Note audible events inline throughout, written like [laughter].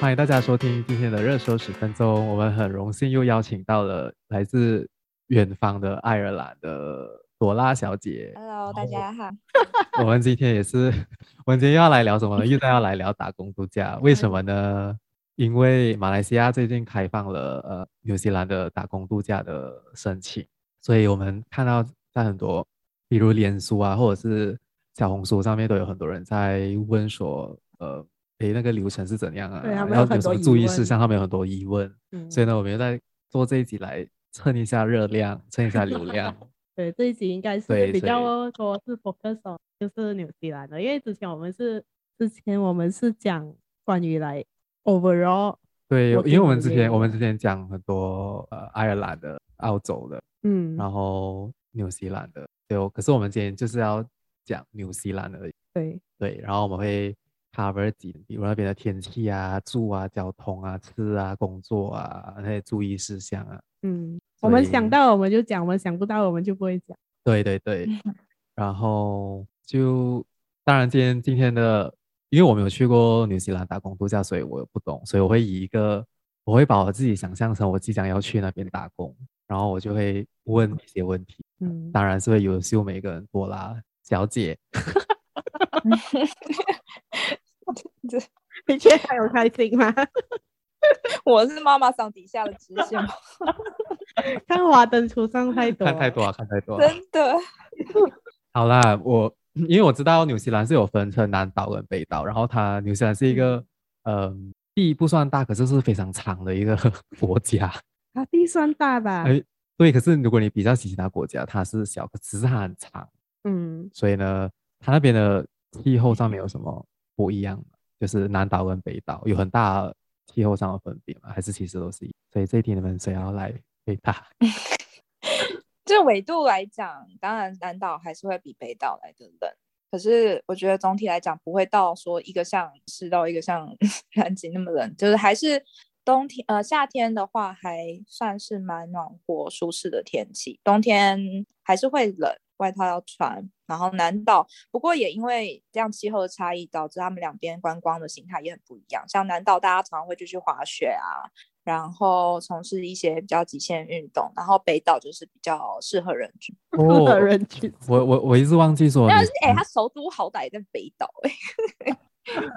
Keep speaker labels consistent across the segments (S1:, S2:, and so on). S1: 欢迎大家收听今天的热搜十分钟。我们很荣幸又邀请到了来自远方的爱尔兰的朵拉小姐。
S2: Hello，大家好。
S1: [laughs] 我们今天也是，我们今天要来聊什
S3: 嗯
S1: 么呢？又要来聊打工度假，为什么呢？因为马来西亚最近开放了呃纽西兰的打工度假的申请，所以我们看到在很多，比如脸书啊，或者是小红书上面都有很多人在问说，呃，诶那个流程是怎样啊？
S3: 对他
S1: 然
S3: 们
S1: 后
S3: 有很
S1: 有什么
S3: 多疑
S1: 注意
S3: 问
S1: 事项？他们有很多疑问，
S3: 嗯，
S1: 所以呢，我们又在做这一集来蹭一下热量，蹭一下流
S3: [laughs]
S1: 量。
S3: 对这一集应该是
S1: 对
S3: 比
S1: 所
S3: 较多是 focus on 就是纽西兰的，因为之前我们是之前我们是讲关于来 overall，
S1: 对，
S3: 我
S1: 因为我们
S3: 听
S1: 之
S3: 你
S1: 前
S3: 的
S1: 我们之前讲很多呃爱尔兰的、澳洲的，
S3: 嗯，
S1: 然后纽西兰的，对哦。可是我们今天就是要讲纽西兰而已，
S3: 对，
S1: 对。然后我们会 cover 几，比如那边的天气啊、住啊、交通啊、吃啊、工作啊那些注意事项啊。
S3: 嗯，
S1: 所
S3: 我们
S1: 以啊
S3: 想到我们就讲，我们想不到我们就不会讲。
S1: 对对对，然后就当然今天今天的，因为我没有去过纽西兰打工度假，所以我不懂，所以我会以一个我会把我自己想象成我即将要去那边打工，然后我就会问一些问题，
S3: 嗯，
S1: 当然是会有秀每个人多啦小姐，
S2: 这
S3: 你觉得还有开心吗？
S2: [laughs]
S3: [laughs]
S2: 我是妈妈桑底下的支 [laughs] 线吗，
S3: 看华灯初上太多，
S1: [laughs] 看太多啊，看太多啊。
S2: 真的。
S1: 好啦，我因为我知道纽西兰是有分成南岛跟北岛，然后它纽西兰是一个嗯地不算大，可是是非常长的一个 [laughs] 国家。
S3: 啊，地算大吧？
S1: 哎，对，可是如果你比较其他国家，它是小，可只是它很长，
S3: 嗯，
S1: 所以呢，它那边的气候上面有什么不一样吗？就是南岛跟北岛有很大气候上的分别吗？还是其实都是一？所以这一题你们谁要来回答？
S2: 这纬度来讲，当然南岛还是会比北岛来的冷，可是我觉得总体来讲不会到说一个像赤道，一个像 [laughs] 南极那么冷，就是还是冬天呃夏天的话还算是蛮暖和舒适的天气，冬天还是会冷，外套要穿。然后南岛不过也因为这样气候的差异，导致他们两边观光的形态也很不一样。像南岛大家常常会就去滑雪啊，然后从事一些比较极限运动，然后北岛就是比较适合人居。
S3: 不可人去。
S1: 我我我一直忘记说纽，
S2: 但是哎、
S1: 嗯
S2: 它首都好歹也在北岛哎、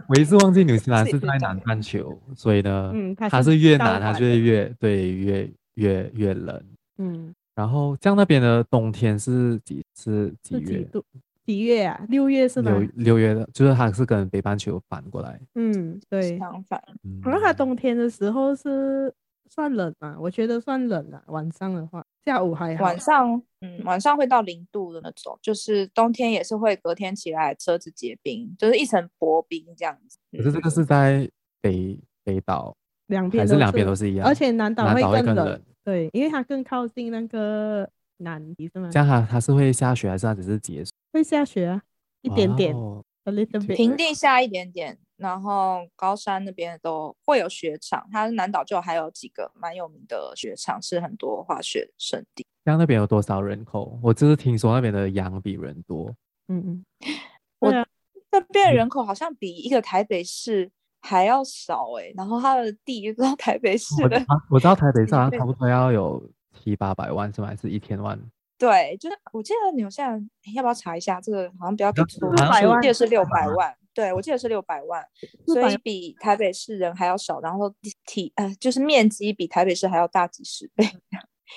S1: 我一直忘记纽西兰
S2: 自
S1: 是
S2: 己
S1: 在
S2: 讲
S1: 南半球，所以呢，
S3: 嗯它
S1: 它
S3: 是
S1: 是越
S3: 相
S1: 南，它就
S3: 反的
S1: 会越对越越越冷。
S3: 嗯，
S1: 然后像那边的冬天是几是几
S3: 是几
S1: 月？
S3: 度？几月啊？六月是吗？
S1: 六六月的，就是它是跟北半球反过来。
S3: 嗯，对。
S2: 相反，
S1: 嗯
S3: 好像它冬天的时候是算冷啊，我觉得算冷了、晚上的话，下午还好。
S2: 晚上嗯晚上会到零度的那种，就是冬天也是会隔天起来车子结冰，就是一层薄冰这样子。嗯
S1: 可是这个是在北北岛，
S3: 两边
S1: 还是两边都是一样？
S3: 而且南岛
S1: 南
S3: 会
S1: 岛会
S3: 更
S1: 更
S3: 冷，
S1: 冷
S3: 对，因为它更靠近那个南极是吗？
S1: 这样它它是会下雪，还是它只是结束
S3: 会下雪啊，一点点、
S1: 哦
S3: a little bit。
S2: 平地下一点点，然后高山那边都会有雪场，它南岛就还有几个蛮有名的雪场，是很多滑雪圣地。
S1: 这样那边有多少人口？我就是听说那边的羊比人多，
S3: 嗯嗯，
S2: 我
S3: 对啊
S2: 那边
S1: 嗯
S2: 人口好像比一个台北市还要少哎、然后它的地就到台北市
S1: 我
S2: 的，
S1: 啊我知道
S3: [laughs]
S1: 台北市好像
S2: 对
S1: 差不多要有七八百万是吗？还是一千万？
S2: 对，就是我记得纽西兰诶要不要查一下这个？好像不要给
S1: 要
S2: 错，
S1: 查
S3: 400
S2: 我记得
S3: 万
S2: 是六百万，对我记得是六百万，所
S3: 400
S2: 以比台北市人还要少，然后体呃就是面积比台北市还要大几十倍，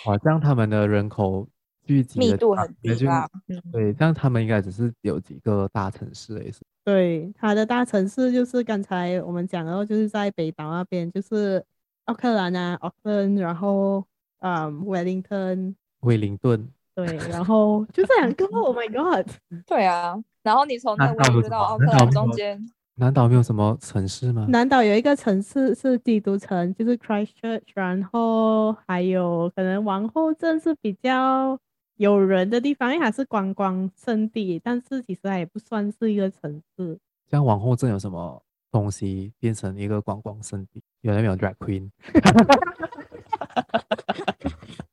S1: 好像他们的人口聚集
S2: 密
S1: 的
S2: 度
S1: 地方
S2: 很
S1: 也
S2: 低
S1: 就
S2: 吧？嗯，
S1: 对，这样他们应该只是有几个大城市而已，是
S3: 对，它的大城市就是刚才我们讲到，就是在北岛那边，就是奥克兰啊、Auckland，然后嗯、Wellington，
S1: 惠灵顿。
S3: 对，然后就这两个，Oh my God，
S2: 对啊。然后你从
S1: 那
S2: 那
S1: 到了
S2: 威斯
S1: 什
S2: 到
S1: 么
S2: 奥克
S1: 那到
S2: 兰
S1: 了什
S2: 中
S1: 么
S2: 间，
S1: 南岛没有什么城市吗？
S3: 南岛有一个城市是基督城，就是 Christchurch，然后还有可能王后镇是比较有人的地方，因为它是观光胜地，但是其实它也不算是一个城市。
S1: 像往后镇有什么东西变成一个观光圣地？有那边有 drag
S3: [laughs]
S1: queen，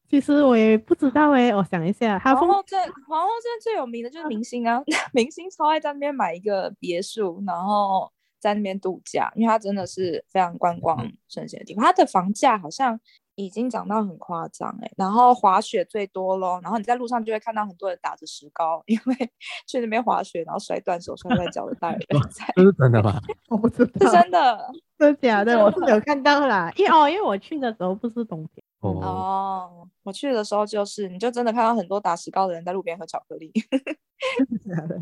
S3: 其实我也不知道欸诶，我想一下，它
S2: 皇
S3: 啊风
S2: 后镇皇 [laughs] 后镇最有名的就是明星啊，明星超爱在那边买一个别墅，然后在那边度假，因为它真的是非常观光盛行的地方。它的房价好像已经涨到很夸张哎、然后滑雪最多咯，然后你在路上就会看到很多人打着石膏， [laughs] 因为去那边滑雪，然后摔断手、摔断脚的大有人在，
S1: 这是真的吗？
S3: 我不知
S2: 是
S3: 道，
S2: 真的
S3: 真的假
S2: 真
S3: 的，
S2: 的
S3: 我是有看到啦。因为哦，因为我去的时候不是冬天，
S1: 哦，
S2: 哦。我去的时候就是，你就真的看到很多打石膏的人在路边喝巧克力， [laughs]
S3: 真的假的。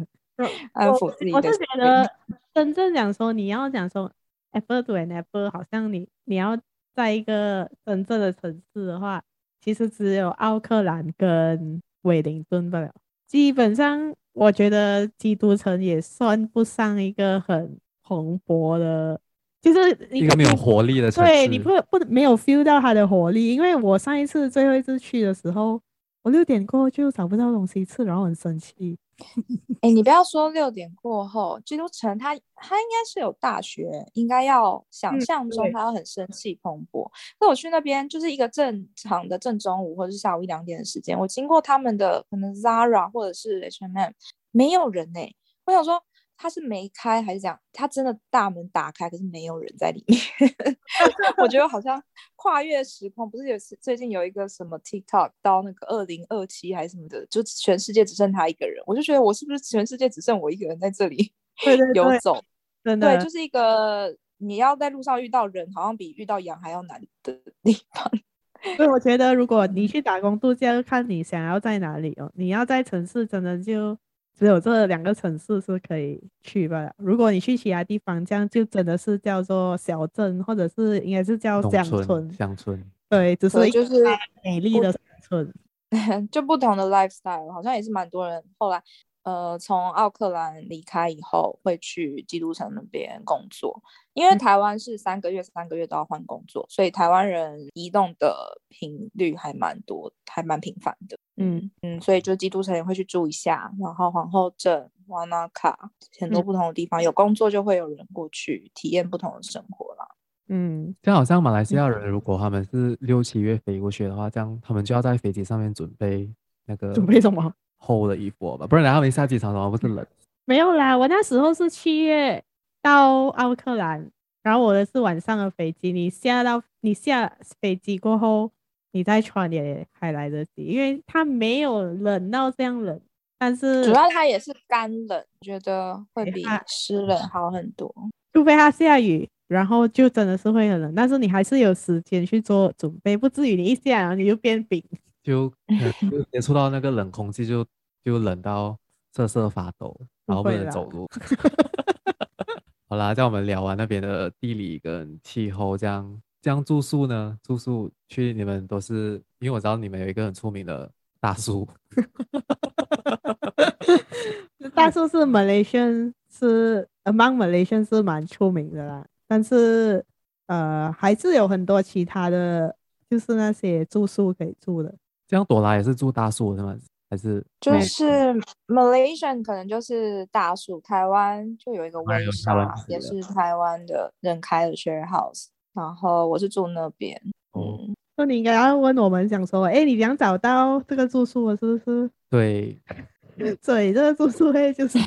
S2: 安
S3: 我
S2: 抚自己
S3: 我
S2: 的
S3: 是
S2: 心
S3: 觉
S2: 灵
S3: 得
S2: [laughs]
S3: 真正讲说，你要讲说 apple to an apple，好像你你要在一个真正的城市的话，其实只有奥克兰跟威灵顿不了。基本上，我觉得基督城也算不上一个很蓬勃的，就是你
S1: 一个没有
S3: 你
S1: 活力的城市，
S3: 对你不不没有 feel 到它的活力，因为我上一次最后一次去的时候，我六点过后就找不到东西吃，然后很生气。
S2: 哎、你不要说六点过后，基督城它它应该是有大学，应该要想
S3: 嗯
S2: 象中
S3: 对
S2: 它要很生气蓬勃。那我去那边就是一个正常的正中午或者是下午一两点的时间，我经过他们的可能 Zara 或者是 H&M，没有人呢、我想说他是没开还是怎样？他真的大门打开，可是没有人在里面。我觉得好像跨越时空，不是有次最近有一个什么 TikTok 到那个二零二七还是什么的，就全世界只剩他一个人，我就觉得我是不是全世界只剩我一个人在这里
S3: 对对
S2: 游
S3: 对，
S2: 走？
S3: 真的
S2: 对，就是一个你要在路上遇到人，好像比遇到羊还要难的地方。
S3: 所以我觉得，如果你去打工度假，看你想要在哪里哦。你要在城市，真的就只有这两个城市是可以去吧。如果你去其他地方，这样就真的是叫做小镇，或者是应该是叫
S1: 农
S3: 乡
S1: 村
S3: 村。
S1: 乡村，
S3: 对，只
S2: 所
S3: 是
S2: 以
S3: 一
S2: 就
S3: 个
S2: 是
S3: 美丽
S2: 不
S3: 的乡村。
S2: 就不同的 lifestyle，好像也是蛮多人后来，呃，从奥克兰离开以后会去基督城那边工作，因为
S3: 嗯
S2: 台湾是三个月三个月都要换工作，所以台湾人移动的频率还蛮多，还蛮频繁的。
S3: 嗯
S2: 嗯，所以就基督城也会去住一下，然后皇后镇、瓦纳卡很多
S3: 嗯
S2: 不同的地方，有工作就会有人过去体验不同的生活啦。
S3: 嗯， [laughs]
S1: 就好像马来西亚人，如果他们是六七月飞过去的话，这样他们就要在飞机上面准备那个
S3: 准备什么？
S1: 厚的衣服吧，不然他们一下机场的话不是冷。
S3: 没有啦，我那时候是七月到奥克兰，然后我的是晚上的飞机。你下到你下飞机过后，你再穿也还来得及，因为它没有冷到这样冷，但是
S2: 主要它也是干冷，觉得会
S3: 嗯对
S2: 比
S3: 它
S2: 湿冷好很多。
S3: 除非它下雨，然后就真的是会很冷，但是你还是有时间去做准备，不至于你一下然后你就变冰。 [laughs]
S1: 就可能就接触到那个冷空气就就冷到瑟瑟发抖，然后不
S3: 会
S1: 能
S3: 啦
S1: 走
S3: [laughs]
S1: 路。好啦，在我们聊完那边的地理跟气候，这样这样住宿呢？住宿去你们都是，因为我知道你们有一个很出名的大叔，
S3: 大叔是 Malaysian，是 Among Malaysian 是蛮出名的啦，但是呃还是有很多其他的，就是那些住宿可以住的。
S1: 这样朵拉也是住大叔的吗？还是
S2: 就
S3: 对
S2: 是 Malaysian 可能就是大树，台湾就有一个
S1: 当然
S2: 微
S1: 有哎台湾
S2: 莎，也
S1: 字
S2: 是台湾的人开的 share house，然后我是住那边，
S1: 哦
S2: 嗯，
S3: 那你应该要问我们，想说，哎，你想找到这个住宿了是不
S1: 对
S3: 是？所以这个住宿费就是，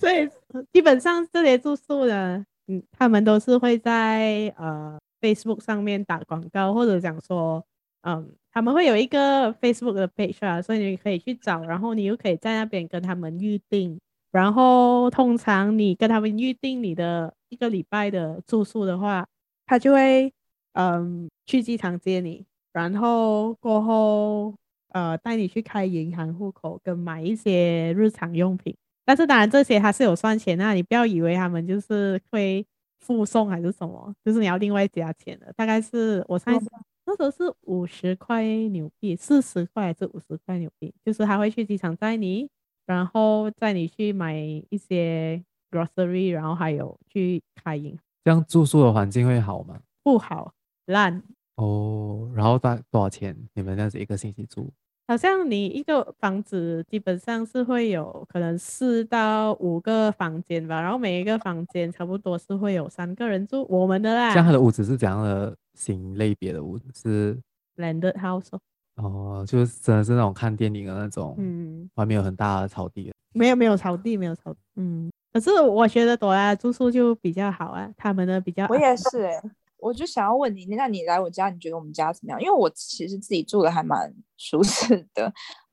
S3: 所以基本上这些住宿呢，嗯，他们都是会在呃 Facebook 上面打广告，或者讲说，嗯，他们会有一个 Facebook 的 page 啊，所以你可以去找，然后你又可以在那边跟他们预定。然后通常你跟他们预定你的一个礼拜的住宿的话，他就会嗯去机场接你，然后过后呃带你去开银行户口跟买一些日常用品。但是当然这些它是有算钱啊，你不要以为他们就是会附送还是什么，就是你要另外加钱的。大概是我上一次那时候是五十块纽币，四十块还是五十块纽币，就是他会去机场载你，然后载你去买一些 grocery，然后还有去开银行。
S1: 这样住宿的环境会好吗？
S3: 不好烂，
S1: 哦，然后大多少钱？你们那是一个星期住？
S3: 好像你一个房子基本上是会有可能四到五个房间吧，然后每一个房间差不多是会有三个人住。我们的
S1: 这样它
S3: 啦
S1: 的屋子是怎样的型类别的屋子？是
S3: ，landed house，哦
S1: 哦，就是真的是那种看电影的那种，
S3: 嗯，
S1: 外面有很大的草地，
S3: 没有没有草地，没有草地，嗯，可是我觉得朵拉住宿就比较好啊，他们的比较
S2: 我也是哎、我就想要问你，那你来我家，你觉得我们家怎么样？因为我其实自己住的还蛮舒适的，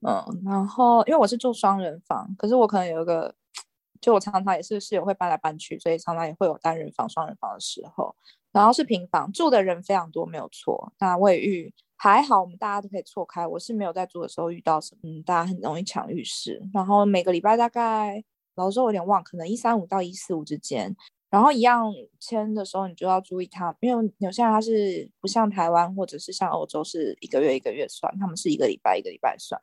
S2: 嗯，然后因为我是住双人房，可是我可能有一个，就我常常也是室友会搬来搬去，所以常常也会有单人房、双人房的时候。然后是平房，住的人非常多，没有错。那卫浴还好，我们大家都可以错开。我是没有在住的时候遇到什么，嗯，大家很容易抢浴室。然后每个礼拜大概，老实说我有点忘，可能一三五到一四五之间。然后一样签的时候，你就要注意它，因为纽西兰它是不像台湾或者是像欧洲是一个月一个月算，他们是一个礼拜一个礼拜算。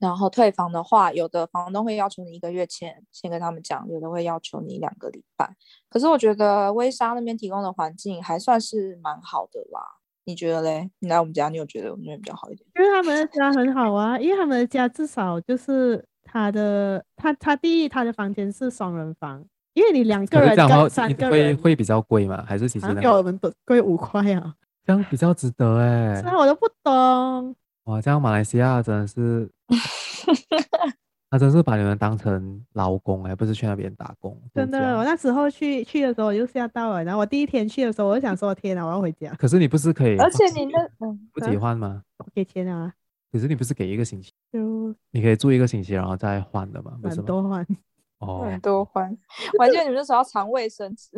S2: 然后退房的话，有的房东会要求你一个月前先跟他们讲，有的会要求你两个礼拜。可是我觉得微莎那边提供的环境还算是蛮好的啦，你觉得嘞？你来我们家，你有觉得我们那边比较好一点？
S3: 因为他们的家很好啊，因为他们的家至少就是他的，他他第一他的房间是双人房，因为你两个
S1: 哦可是
S3: 人
S1: 这样的
S3: 跟
S1: 话，
S3: 三
S1: 你
S3: 个
S1: 会
S3: 人
S1: 会比较贵吗？还是其实
S3: 好像
S1: 那
S3: 给我们都贵五块啊，
S1: 这样比较值得哎、
S3: 是啊，我都不懂。
S1: 哇，这样马来西亚真的
S3: [laughs]
S1: 是，他真是把你们当成劳工哎、不是去那边打工。
S3: 真的，我
S1: 那
S3: 那时候去去的时候我就吓到了，然后我第一天去的时候我就想说，天哪，我要回家，
S1: 可是你不是可以
S2: 而
S1: 换
S2: 且
S1: 几
S2: 你那嗯，
S1: 不己换吗？
S3: 我给钱啊，
S1: 可是你不是给一个星期，
S3: 就
S1: 你可以住一个星期然后再换的吗？不
S3: 懒
S1: 是吗？
S3: 惰换。
S1: 哦，
S2: 很多欢，我还记得你们那时候要藏卫生纸，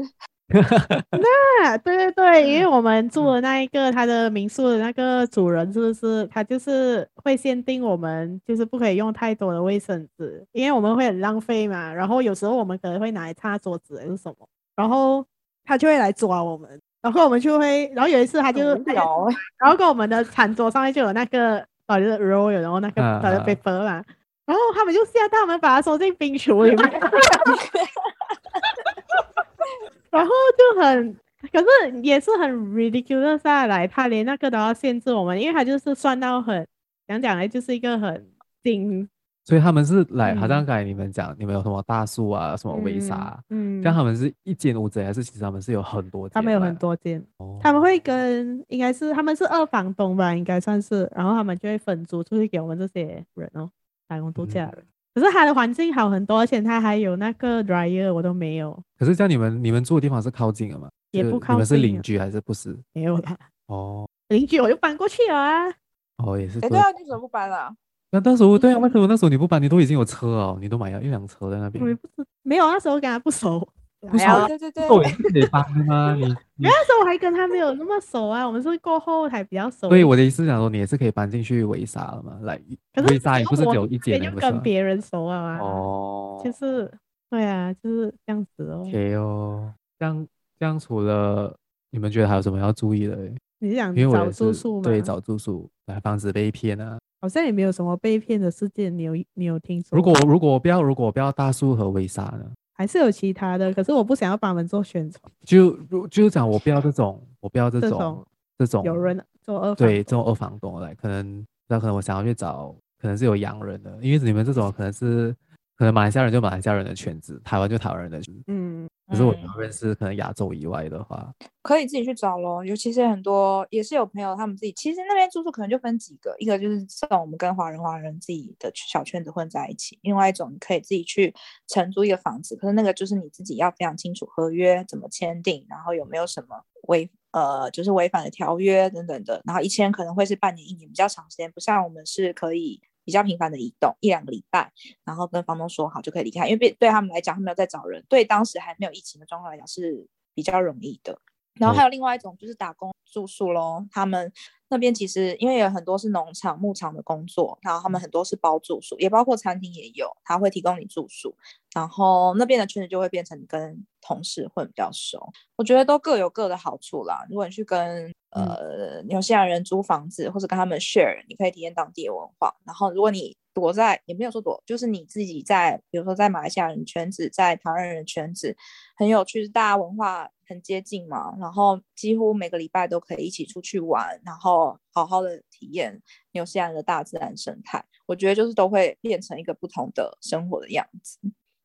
S3: [laughs] 啊，对对对，因为我们住
S2: 嗯
S3: 的那一个他的民宿的那个主人是不是他就是会限定我们就是不可以用太多的卫生纸，因为我们会很浪费嘛。然后有时候我们可能会拿来擦桌子还是什么，然后他就会来抓我们，然后我们就会，然后有一次他就
S2: 很无
S3: 他就
S2: 聊欸
S3: 然后跟我们的餐桌上面就有那个 toilet roll，然后那个
S1: 啊
S3: toilet
S1: 啊
S3: paper 嘛，然后他们就吓到我们把它收进冰橱里面，然后就很，可是也是很 ridiculous 下来，他连那个都要限制我们，因为他就是算到很，讲讲来就是一个很精，
S1: 所以他们是来，好像
S3: 嗯
S1: 刚才你们讲，你们有什么大树啊，什么围沙啊，
S3: 嗯，
S1: 但他们是一间屋子，还是其实他们是有很多间的？
S3: 他们有很多间，
S1: 哦，
S3: 他们会跟应该是他们是二房东吧，应该算是，然后他们就会分租出去给我们这些人哦，打工度假的人。可是他的环境好很多，而且他还有那个 dryer，我都没有，
S1: 可是像你们，你们住的地方是靠近的吗？
S3: 也
S1: 就是
S3: 不靠
S1: 你们是
S3: 近
S1: 邻
S3: 啊
S1: 居还是不是？
S3: 没有啦。 [laughs]
S1: 哦
S3: 邻居我就搬过去了啊，
S1: 哦，也是
S2: 哎，
S1: 对
S2: 对。啊，嗯你怎么不搬啦？
S1: 那那时候对啊，为什么那时候你不搬？你都已经有车哦，你都买了一辆车在那边
S3: 我也，不知没有，那时候跟他不熟，
S1: 嗯不
S3: 来啊
S1: 熟
S2: 哎对对对
S1: 那，我也是得搬的吗？
S3: [laughs]
S1: 你你
S3: 那时候我还跟他没有那么熟啊，我们是过后才比较熟。
S1: 所以我的意思是想说，你也是可以搬进去维莎了嘛？来，
S3: 可
S1: 维
S3: 是
S1: 莎也不是只
S3: 我
S1: 有一间的，
S3: 也就
S1: 不是
S3: 跟
S1: 吗？
S3: 别人熟了啊，
S1: 哦，
S3: 就是对啊，就是这样子哦。
S1: OK 哦，这样这样除了你们觉得还有什么要注意的嘞？
S3: 你是想
S1: 因为我
S3: 嗯找
S1: 也
S3: 住
S1: 是
S3: 宿吗？
S1: 对找住宿来防止被骗啊。
S3: 好像也没有什么被骗的事件，你有你有听说？
S1: 如果如果不要如果不要大树和微莎呢？
S3: 还是有其他的，可是我不想要帮我们做宣传。
S1: 就如就讲我不要这种，我不要这
S3: 这
S1: 种
S3: 种
S1: 这种
S3: 有人做二房
S1: 对这
S3: 东
S1: 种二房东来，可能那可能我想要去找，可能是有洋人的，因为你们这
S3: 嗯
S1: 种可能是可能马来西亚人就马来西亚人的圈子，台湾就台湾人的圈子。
S3: 嗯，
S1: 可是我
S2: 嗯
S1: 认识可能亚洲以外的话，
S2: 可以自己去找咯，尤其是很多也是有朋友他们自己，其实那边住宿可能就分几个，一个就是像我们跟华人华人自己的小圈子混在一起，另外一种你可以自己去承租一个房子，可是那个就是你自己要非常清楚合约怎么签订，然后有没有什么违呃就是违反的条约等等的，然后一签可能会是半年一年比较长时间，不像我们是可以比较频繁的移动一两个礼拜，然后跟房东说好就可以离开，因为对对他们来讲，他们要再找人，对当时还没有疫情的状况来讲是比较容易的。然后还有另外一种就是打工住宿咯，他们那边其实因为有很多是农场、牧场的工作，然后他们很多是包住宿，也包括餐厅也有，他会提供你住宿。然后那边的圈子就会变成你跟同事混比较熟，我觉得都各有各的好处啦。如果你去跟
S3: 嗯
S2: 呃纽西兰人租房子，或者跟他们 share，你可以体验当地的文化。然后如果你躲在也没有说躲，就是你自己在，比如说在马来西亚人圈子，在台湾人圈子，很有趣，是大家文化很接近嘛，然后几乎每个礼拜都可以一起出去玩，然后好好的体验纽西兰的大自然生态。我觉得就是都会变成一个不同的生活的样子，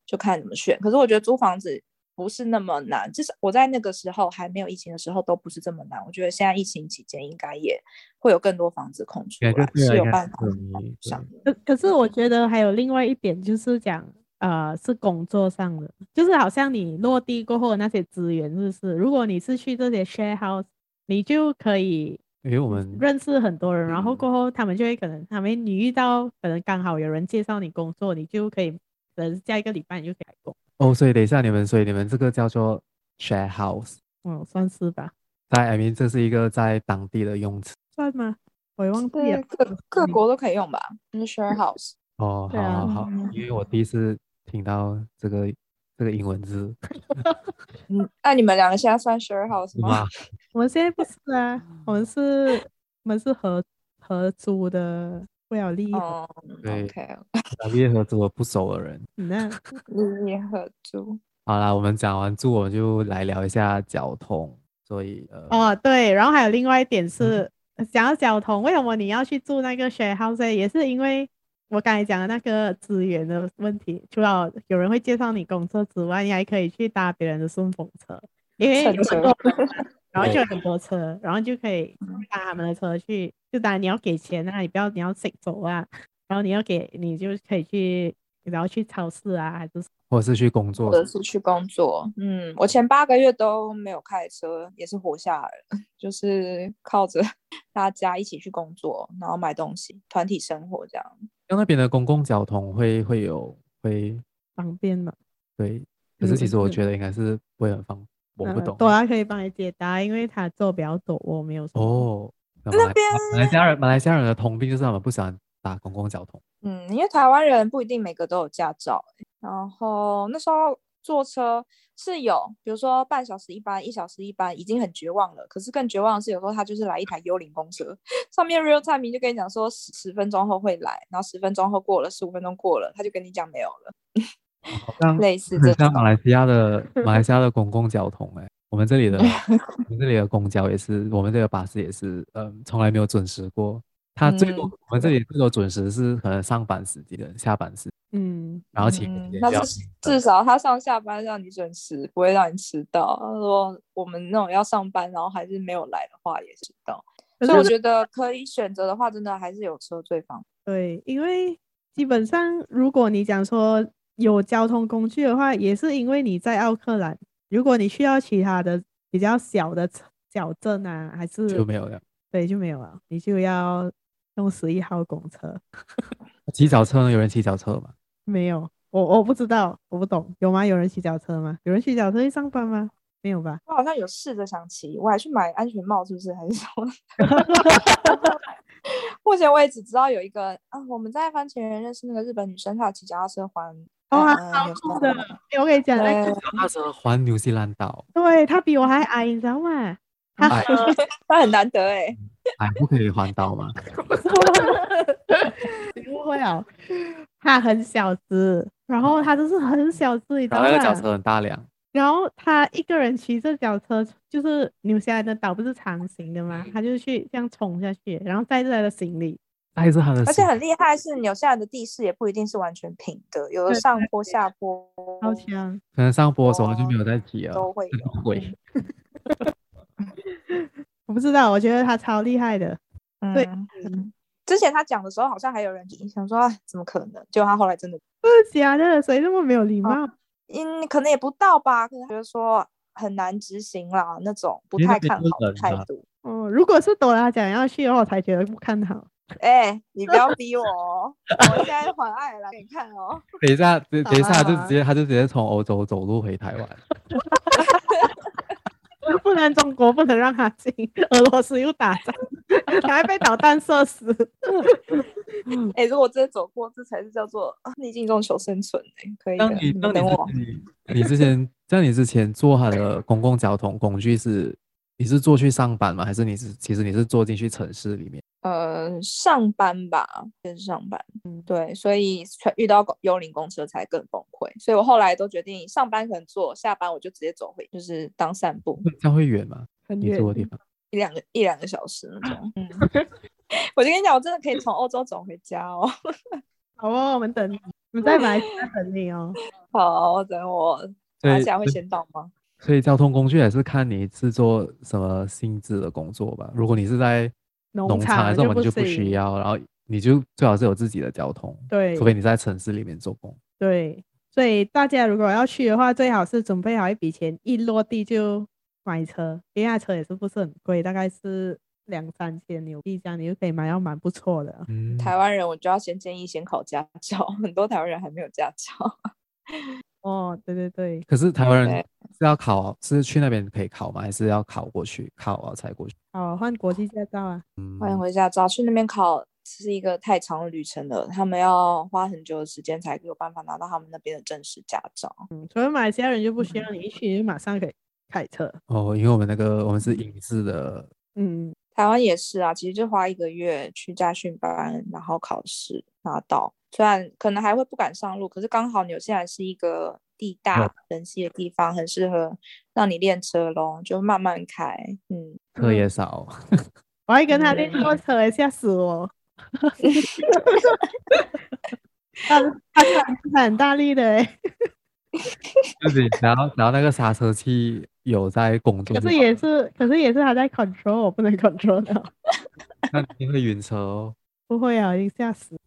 S2: 就看你们选。可是我觉得租房子不是那么难，至少我在那个时候还没有疫情的时候都不是这么难。我觉得现在疫情期间应该也会有更多房子空出
S1: 感觉
S2: 来，
S1: 对啊
S2: 是
S1: 应
S2: 有
S1: 该
S2: 办
S1: 是
S2: 法
S1: 容易对
S2: 想的。
S3: 可可是我觉得还有另外一点就是讲，呃是工作上的，就是好像你落地过后的那些资源，是不是？如果你是去这些 share house，你就可以
S1: 因为我们
S3: 认识很多人，然后
S1: 嗯
S3: 过后他们就会可能他们你遇到可能刚好有人介绍你工作，你就可以可能下一个礼拜你就可以来工，
S1: 哦，所以等一下你们，所以你们这个叫做 share house，
S3: 嗯，算是吧，
S1: 在 I mean 这是一个在当地的用词
S3: 算吗？我也忘记
S2: 对
S3: 了，
S2: 各各国都可以用吧？就是 share house，
S1: 哦。
S3: 对
S1: 好
S3: 啊
S1: 好好，因为我第一次听到这个这个英文字，
S2: 嗯，那你们两个现在算 share house
S3: 哦
S2: 吗
S1: 哇？
S3: 我们现在不是啊，
S1: 嗯
S3: 我们是我们是合合租的，不了利益合
S2: 哦
S1: 对
S2: ，OK，
S1: 我也和这我不熟的人。
S3: 嗯那
S2: 利益合租。
S1: 好啦，我们讲完住，我们就来聊一下交通。所以呃，
S3: 哦，对，然后还有另外一点是，想要交通，为什么你要去住那个 share house？呢也是因为我刚才讲的那个资源的问题，除了有人会介绍你工作之外，你还可以去搭别人的顺风车，因为
S2: [laughs]
S3: 有
S2: 乘
S3: 很
S2: 车
S3: 多人嘛然后
S1: 对
S3: 就有很多车，然后就可以搭他们的车去。就当然你要给钱啊，你不要你要谁走啊，然后你要给你就可以去，然后去超市啊，还是
S1: 或者是去工作
S2: 或，者是去工作。嗯，我前八个月都没有开车，也是活下来了， [laughs] 就是靠着 [laughs] 大家一起去工作，然后买东西，团体生活这样。
S1: 像那边的公共交通会会有会
S3: 方便嘛。
S1: 对，可是其实
S3: 嗯
S1: 我
S3: 嗯
S1: 觉得应该是不会很方，我不
S3: 嗯
S1: 懂
S3: 朵拉可以帮你解答，因为他做比较多，我没有什么。
S1: 哦。那马来
S2: 边
S1: 马来西亚人马来西亚人的通病就是他们不喜欢搭公共交通。
S2: 嗯，因为台湾人不一定每个都有驾照欸、然后那时候坐车是有，比如说半小时一班、一小时一班，已经很绝望了。可是更绝望的是，有时候他就是来一台幽灵公车， [laughs] 上面 real time 明就跟你讲说十十分钟后会来，然后十分钟后过了，十五分钟过了，他就跟你讲没有了，
S1: 好像
S2: 类似这
S1: 很 [laughs]
S2: 种嗯
S1: 像。马来西亚
S2: [laughs]
S1: 的马来西亚的公共交通哎、我们这里的我们这里的公交也是，我们这里的巴士也是，嗯，从来没有准时过。它最多、
S2: 嗯
S1: 我们这里最多准时是可能上班时间、下班时间，
S3: 嗯，
S1: 然后请
S2: 嗯，那是至少他上下班让你准时，不会让你迟到。他说我们那种要上班，然后还是没有来的话也迟到。
S3: 可
S2: 所以我
S3: 是
S2: 觉得可以选择的话，真的还是有车最方
S3: 对，因为基本上如果你讲说有交通工具的话，也是因为你在奥克兰，如果你去到其他的比较小的城小镇啊，还是
S1: 就没有了。
S3: 对就没有了，你就要用十一号公车。
S1: 骑脚车呢？有人骑脚车吗？
S3: 没有，我我不知道，我不懂，有吗？有人骑脚车吗？有人骑脚车去上班吗？没有吧？
S2: 便。我好像有试着想骑，我还去买安全帽，是不是？还是什么？ [laughs] 目前为止，只知道有一个啊，我们在番茄园认识那个日本女生，她有骑脚踏车环。
S3: 哇、
S2: 呃
S3: 超
S2: 有时
S3: 酷
S2: 候
S3: 的！诶我跟你讲，那个
S2: 对，
S1: 脚踏车环纽西兰
S2: [laughs]
S1: 岛，
S3: 对他比我还矮，你知道吗？他
S1: 矮
S3: 和
S2: [laughs] 她很难得哎、
S1: 哎，不可以环岛吗？
S3: 你误会了，他很小只，然后他就是很小只，你知
S1: 然
S3: 道
S1: 后
S3: 吗？
S1: 那个脚车很大辆，
S3: 然后他一个人骑着脚车，就是纽西兰的岛不是长形的吗？他就去这样冲下去，然后载着他的行李，
S1: 带着他的
S2: 而且
S1: 行
S2: 很厉害是纽西兰的地势也不一定是完全平的，有的
S3: 对
S2: 上坡下坡
S3: 超强。
S1: 可能上坡的时
S2: 哦
S1: 候就没有再骑了，
S2: 都会有。
S1: 鬼。
S3: 我不知道，我觉得他超厉害的。对
S2: 嗯，嗯之前他讲的时候，好像还有人想说，啊，怎么可能？结果他后来真的，
S3: 啊真的假的？谁那么没有礼貌？
S1: [laughs]
S2: 嗯，可能也不到吧，可能觉得说很难执行啦，那种不
S1: 因为
S2: 太
S1: 那边
S2: 看
S1: 就是
S2: 好的
S1: 冷
S2: 态
S1: 啊
S2: 度。
S3: 哦，如果是朵拉讲要去的话，我才觉得不看
S1: [laughs]
S3: 好。
S2: 哎、你不要逼我哦，我现在还爱尔兰给你看哦。 [laughs]
S1: 等一下，等等一下，他就
S2: 啊
S1: 直接他就直接从欧洲走路回台湾。
S3: 不能中国不能让他进，俄罗斯又打
S1: [laughs]
S3: 仗，他还被导弹射死。
S2: 哎、如果真的走过，这才是叫做啊逆境中求生存哎、可以的
S1: 那你，那
S2: 们等我。
S1: 你你之前像你之前坐他的公共交通工具是你是坐去上班吗？还是你是其实你是坐进去城市里面？
S2: 呃，上班吧，先上班，嗯，对，所以全遇到公幽灵公车才更崩溃，所以我后来都决定上班可能坐，下班我就直接走回，就是当散步，
S1: 会这样会远吗？
S3: 很
S1: 你
S3: 远
S1: 住的地方？
S2: 一两个一两个小时那种，嗯， [laughs] 我就跟你讲，我真的可以从欧洲走回家哦。 [laughs]
S3: [laughs] 好哦，我们等你，我们在马来西亚等你哦。
S2: 好，等我，
S1: 所
S2: 马
S1: 以
S2: 来西亚会先到吗？
S1: 所以交通工具也是看你是做什么性质的工作吧。如果你是在农场
S3: 场
S1: 还是我们
S3: 就
S1: 就不需
S3: 行。
S1: 要，然后你就最好是有自己的交通，
S3: 对
S1: 除非你在城市里面做工。
S3: 对，所以大家如果要去的话，最好是准备好一笔钱，一落地就买车，因为那车也是不是很贵，大概是两三千纽币这样，你就可以买到蛮不
S1: [laughs]
S3: 错的。
S1: 嗯，
S2: 台湾人我就要先建议先考驾照， [laughs] 很多台湾人还没有驾照。
S3: 哦，对对对，
S1: 可是台湾人
S2: 对
S1: 是要考，是去那边可以考吗？还是要考过去，考啊才过去？
S3: 好换国际驾照啊，
S1: 嗯，
S2: 欢迎回家，早去那边考是一个太长的旅程了，他们要花很久的时间才有办法拿到他们那边的正式驾照。
S3: 嗯，所以马来西亚人就不需要你一去你就马上可以开车，
S1: 哦，因为我们那个我们是影视的，
S3: 嗯，
S2: 台湾也是啊，其实就花一个月去驾训班，然后考试拿到，虽然可能还会不敢上路，可是刚好纽西兰是一个地大人稀的地方，很适合让你练车咯，就慢慢开。嗯，
S1: 课
S3: 嗯
S1: 也 [laughs] 少，
S3: 我还跟他练过车，哎吓死我。他他他很大力的欸，
S1: 就是然后然后那个刹车器有在工作就
S3: 可
S1: 好了，
S3: 是也是，可是也是他在 control，我不能 control 的。
S1: 那你会晕车哦。
S3: 不会啊，已经吓死了。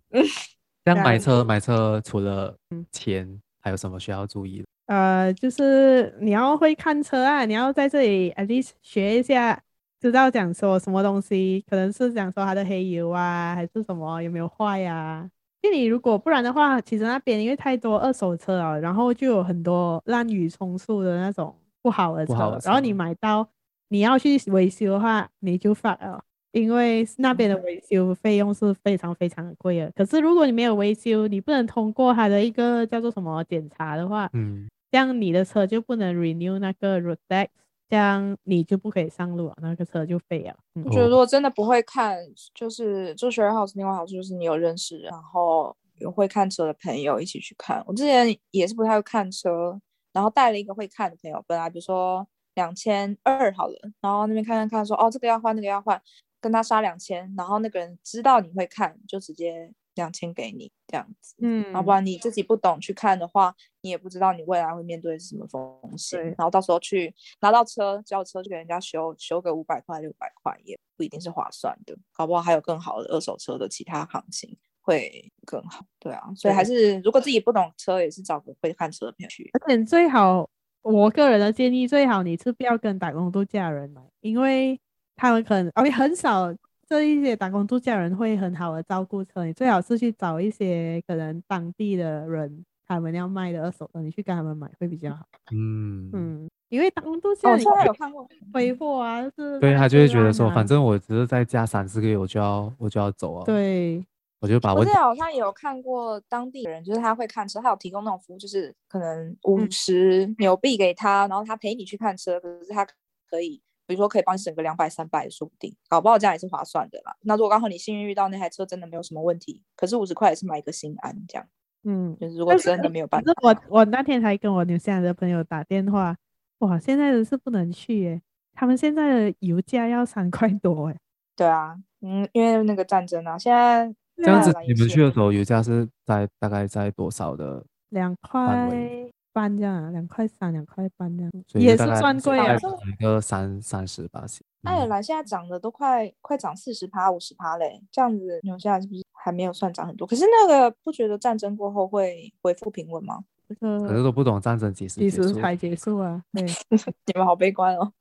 S1: 这样买
S2: 然
S1: 车买车除了
S3: 嗯
S1: 钱还有什么需要注意的？
S3: 呃，就是你要会看车啊，你要在这里 at least 学一下，知道讲说什么东西，可能是讲说它的黑油啊，还是什么有没有坏呀、啊？因为你如果不然的话，其实那边因为太多二手车了，然后就有很多滥竽充数的那种不好的
S1: 不
S3: 车，
S1: 好的
S3: 然后
S1: 车
S3: 你买到你要去维修的话，你就发了。因为那边的
S1: 嗯
S3: 维修费用是非常非常的贵的，可是如果你没有维修，你不能通过它的一个叫做什么检查的话，
S1: 嗯，
S3: 这样你的车就不能 renew 那个 road tax，这样你就不可以上路了，那个车就废了。嗯
S2: 我觉得
S1: 哦
S2: 如果真的不会看，就是住 share house 另外好处就是你有认识人，然后有会看车的朋友一起去看。我之前也是不太会看车，然后带了一个会看的朋友，本来比如说两千二好了，然后那边看看看说哦这个要换那个要换，跟他杀两千，然后那个人知道你会看，就直接两千给你这样子。
S3: 嗯
S2: 要不然你自己不懂去看的话，你也不知道你未来会面对是什么风险
S3: 对，
S2: 然后到时候去拿到车，交车就给人家修，修个五百块、六百块也不一定是划算的，搞不好还有更好的二手车的其他行情会更好。对啊，所以还是如果自己不懂车，也是找个会看车的朋友去。
S3: 而且最好，我个人的建议最好你是不要跟打工度假人买，因为他们可能而且很少这一些打工度假人会很好的照顾车，你最好是去找一些可能当地的人他们要卖的二手车，你去跟他们买会比较好。
S1: 嗯
S3: 嗯，因为打工度假
S2: 哦，
S3: 你
S2: 现在有看过，
S3: 挥霍啊，就是
S1: 对
S3: 那
S1: 他
S3: 个
S1: 就会
S3: 车
S1: 觉得
S3: 烂
S1: 说，
S3: 啊
S1: 反正我只是在家三四个月，我就要我就要走啊，，
S3: 对。
S1: 我就把
S2: 我
S1: 问
S2: 之
S1: 题
S2: 前好像有看过当地人，就是他会看车，他有提供那种服务，就是
S1: 嗯
S2: 可能五十纽币给他，然后他陪你去看车，可是他可以，比如说可以帮你省个两百、三百，说不定，搞不好这样也是划算的啦。那如果刚好你幸运遇到那台车真的没有什么问题，可是五十块也是买一个心安，这样
S3: 嗯，
S2: 就是如果
S3: 但是
S2: 真的没有办
S3: 反
S2: 法
S3: 正，我我那天还跟我纽西兰的朋友打电话，哇，现在的是不能去耶，他们现在的油价要三块多哎，
S2: 对啊，嗯，因为那个战争啊，现在
S1: 这样子
S2: 来，
S1: 你
S2: 也
S1: 们
S2: 是
S1: 去的时候油价是在大概在多少的？
S3: 两
S1: 范
S3: 块
S1: 围
S3: 半这样啊，两块三，两块半这样，
S1: 所以
S3: 也
S1: 就是大概
S3: 算贵
S1: 大
S3: 啊哎
S1: 概。是一个三三十吧，是
S2: 爱尔
S1: 嗯
S2: 哎兰现在涨的都快快涨四十趴、五十趴嘞，这样子纽西兰是不是还没有算涨很多？可是那个不觉得战争过后会恢复平稳吗？ [laughs]
S3: 这
S1: 可是
S3: 个
S1: 都不懂战争几时
S3: 几
S1: 结
S3: 时
S1: 束。
S3: 才结束啊？对，
S2: 你们好悲观哦。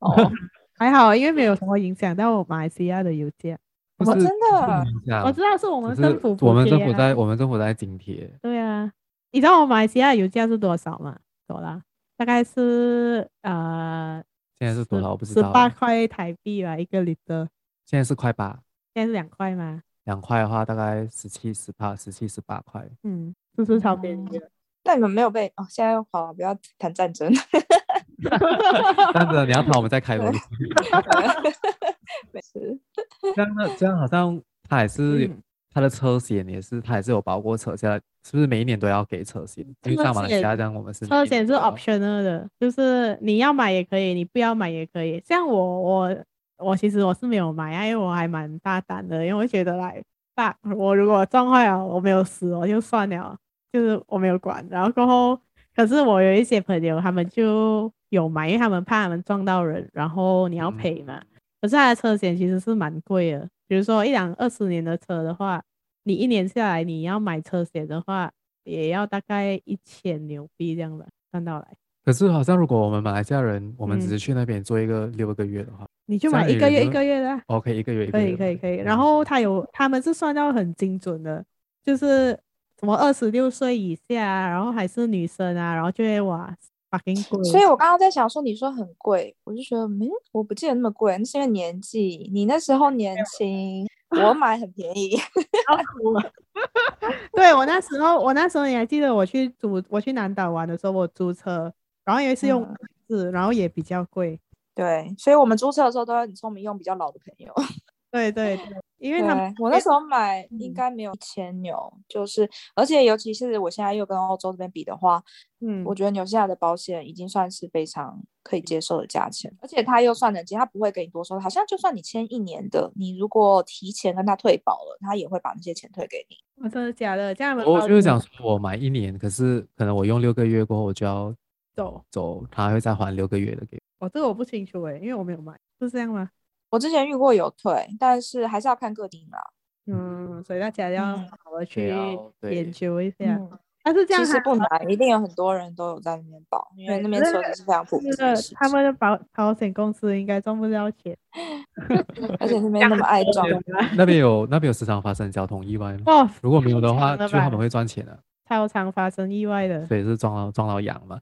S2: 哦，
S3: 还好，因为没有什么影响到我马来西亚的油价。
S1: 不
S2: 我
S1: 是
S2: 真的
S1: 不是这样
S3: 哦我知道是我们
S1: 啊只
S3: 政
S1: 是
S3: 府
S1: 我
S3: 补
S1: 们政
S3: 贴
S1: 府
S3: 啊
S1: 在我们政府在津贴，
S3: 对啊，你知道我马来西亚油价是多少吗？多啦，大概是呃
S1: 现在是多少我不知
S3: 十
S1: 道
S3: 八
S1: 欸，
S3: 块台币吧，一个 liter，
S1: 现在是块八，
S3: 现在是两块吗？
S1: 两块的话大概十七十八十七十八块。
S3: 嗯，是不是超便宜
S2: 嗯
S3: 了？
S2: 那你们没有被哦？现在好了，不要谈战争。 [laughs]
S1: 这样子你要跑我们再开
S3: [laughs]
S1: 楼梯，
S2: 没事，
S1: 这样的这样好像他还是有
S3: 嗯
S1: 他的车险也是他还是有包过车险，是不是每一年都要给车险？因为
S3: 车
S1: 像马来西亚
S3: 险
S1: 这样，我们是
S3: 车
S1: 每年
S3: 险是
S1: 都要
S3: optional 的，就是你要买也可以，你不要买也可以。像我，我，我其实我是没有买啊，因为我还蛮大胆的，因为我觉得来，爸， [laughs] 我如果撞坏了，我没有死，我就算了，就是我没有管。然后过后，可是我有一些朋友，他们就有买，因为他们怕他们撞到人，然后你要
S1: 嗯
S3: 赔嘛。可是他的车险其实是蛮贵的，比如说一辆二十年的车的话，你一年下来你要买车险的话，也要大概一千纽币这样吧，算到来。
S1: 可是好像如果我们马来西亚人，我们只
S3: 嗯
S1: 是去那边做一个六个月的话
S3: 你就
S1: 这样
S3: 买一
S1: 也
S3: 个月
S1: 就
S3: 一个月的啊，
S1: ，OK，一个月一个
S3: 可
S1: 月
S3: 以
S1: 的
S3: 可以
S1: 嘛
S3: 可以。
S1: 嗯
S3: 然后他有他们是算到很精准的，就是什么二十六岁以下啊，然后还是女生啊，然后就会哇，fucking
S1: [laughs]
S3: 贵。
S2: 所以我刚刚在想说，你说很贵，我就觉得，嗯，我不记得那么贵，那是因为年纪。你那时候年轻，我买很便宜。 [laughs]
S3: 要哭了。 [laughs] 对我那时候，我那时候你还记得我去租，我去南岛玩的时候，我租车，然后也是用
S2: 嗯
S3: 字、然后也比较贵。
S2: 对，所以我们注册的时候都要很聪明，用比较老的朋友。
S3: 对对对，因为
S2: 对
S3: 他们
S2: 我那时候买应
S3: 嗯
S2: 该没有一千牛，就是而且尤其是我现在又跟欧洲这边比的话，
S3: 嗯，
S2: 我觉得纽西兰的保险已经算是非常可以接受的价钱，而且他又算得清，他不会给你多收。好像就算你签一年的，你如果提前跟他退保了，他也会把那些钱退给你。
S3: 我真的假的？这样
S1: 我就是想说，我买一年，可是可能我用六个月过后我就要
S3: 走，
S1: 走，他会再还六个月的给我。
S3: 我这个我不清楚哎、因为我没有买，是这样吗？
S2: 我之前遇过有退，但是还是要看个体啦。
S3: 嗯，所以大家要
S2: 嗯
S3: 好好去
S1: 要对
S3: 研究一下。
S2: 嗯，
S3: 但啊是这样
S2: 其
S3: 还
S2: 实不难，一定有很多人都有在那边保，因为
S3: 对
S2: 那边
S3: 那
S2: 车
S3: 个
S2: 子是非常普
S3: 那
S2: 遍
S3: 个
S2: 的事
S3: 他
S2: 情，
S3: 们的保保险公司应该赚不到钱。
S2: 而且那边那么爱撞
S3: 对吧
S1: [laughs] 那边有那边有时常发生交通意外吗？
S3: 哦，
S1: 如果没有的
S3: [laughs]
S1: 话，
S3: 太强了
S1: 就他
S3: 吧
S1: 们会赚钱的，
S3: 超常发生意外的。
S1: 所以是撞到撞到羊嘛。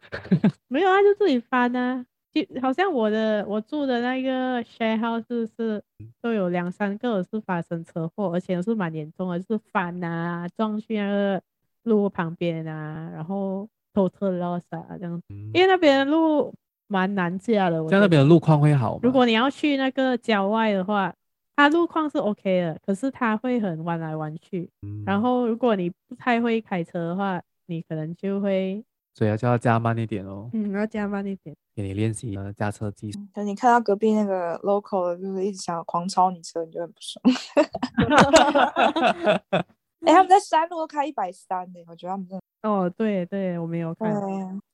S3: 没有啊，就自己翻啊。就好像我的我住的那个 share house 是是
S1: 嗯
S3: 都有两三个是发生车祸，而且是蛮严重的，就是翻啊撞去那个路旁边啊，然后 total loss 啊这样。
S1: 嗯，
S3: 因为那边的路蛮难驾的，我
S1: 在那
S3: 觉得
S1: 边的路况会好吗？
S3: 如果你要去那个郊外的话，它路况是 OK 的，可是它会很弯来弯去。
S1: 嗯
S3: 然后如果你不太会开车的话，你可能就会
S1: 所以要叫他加慢一点
S3: [laughs]
S1: 哦，
S3: 嗯要加慢一点。
S1: 给你练习呃驾车技术。
S2: 等你看到隔壁那个 local 的，就是一直想要狂超你车，你就很不爽。 [laughs] 哎、他们在山路都开一百三的，我觉得他们真的
S3: 哦，对对，我没有看。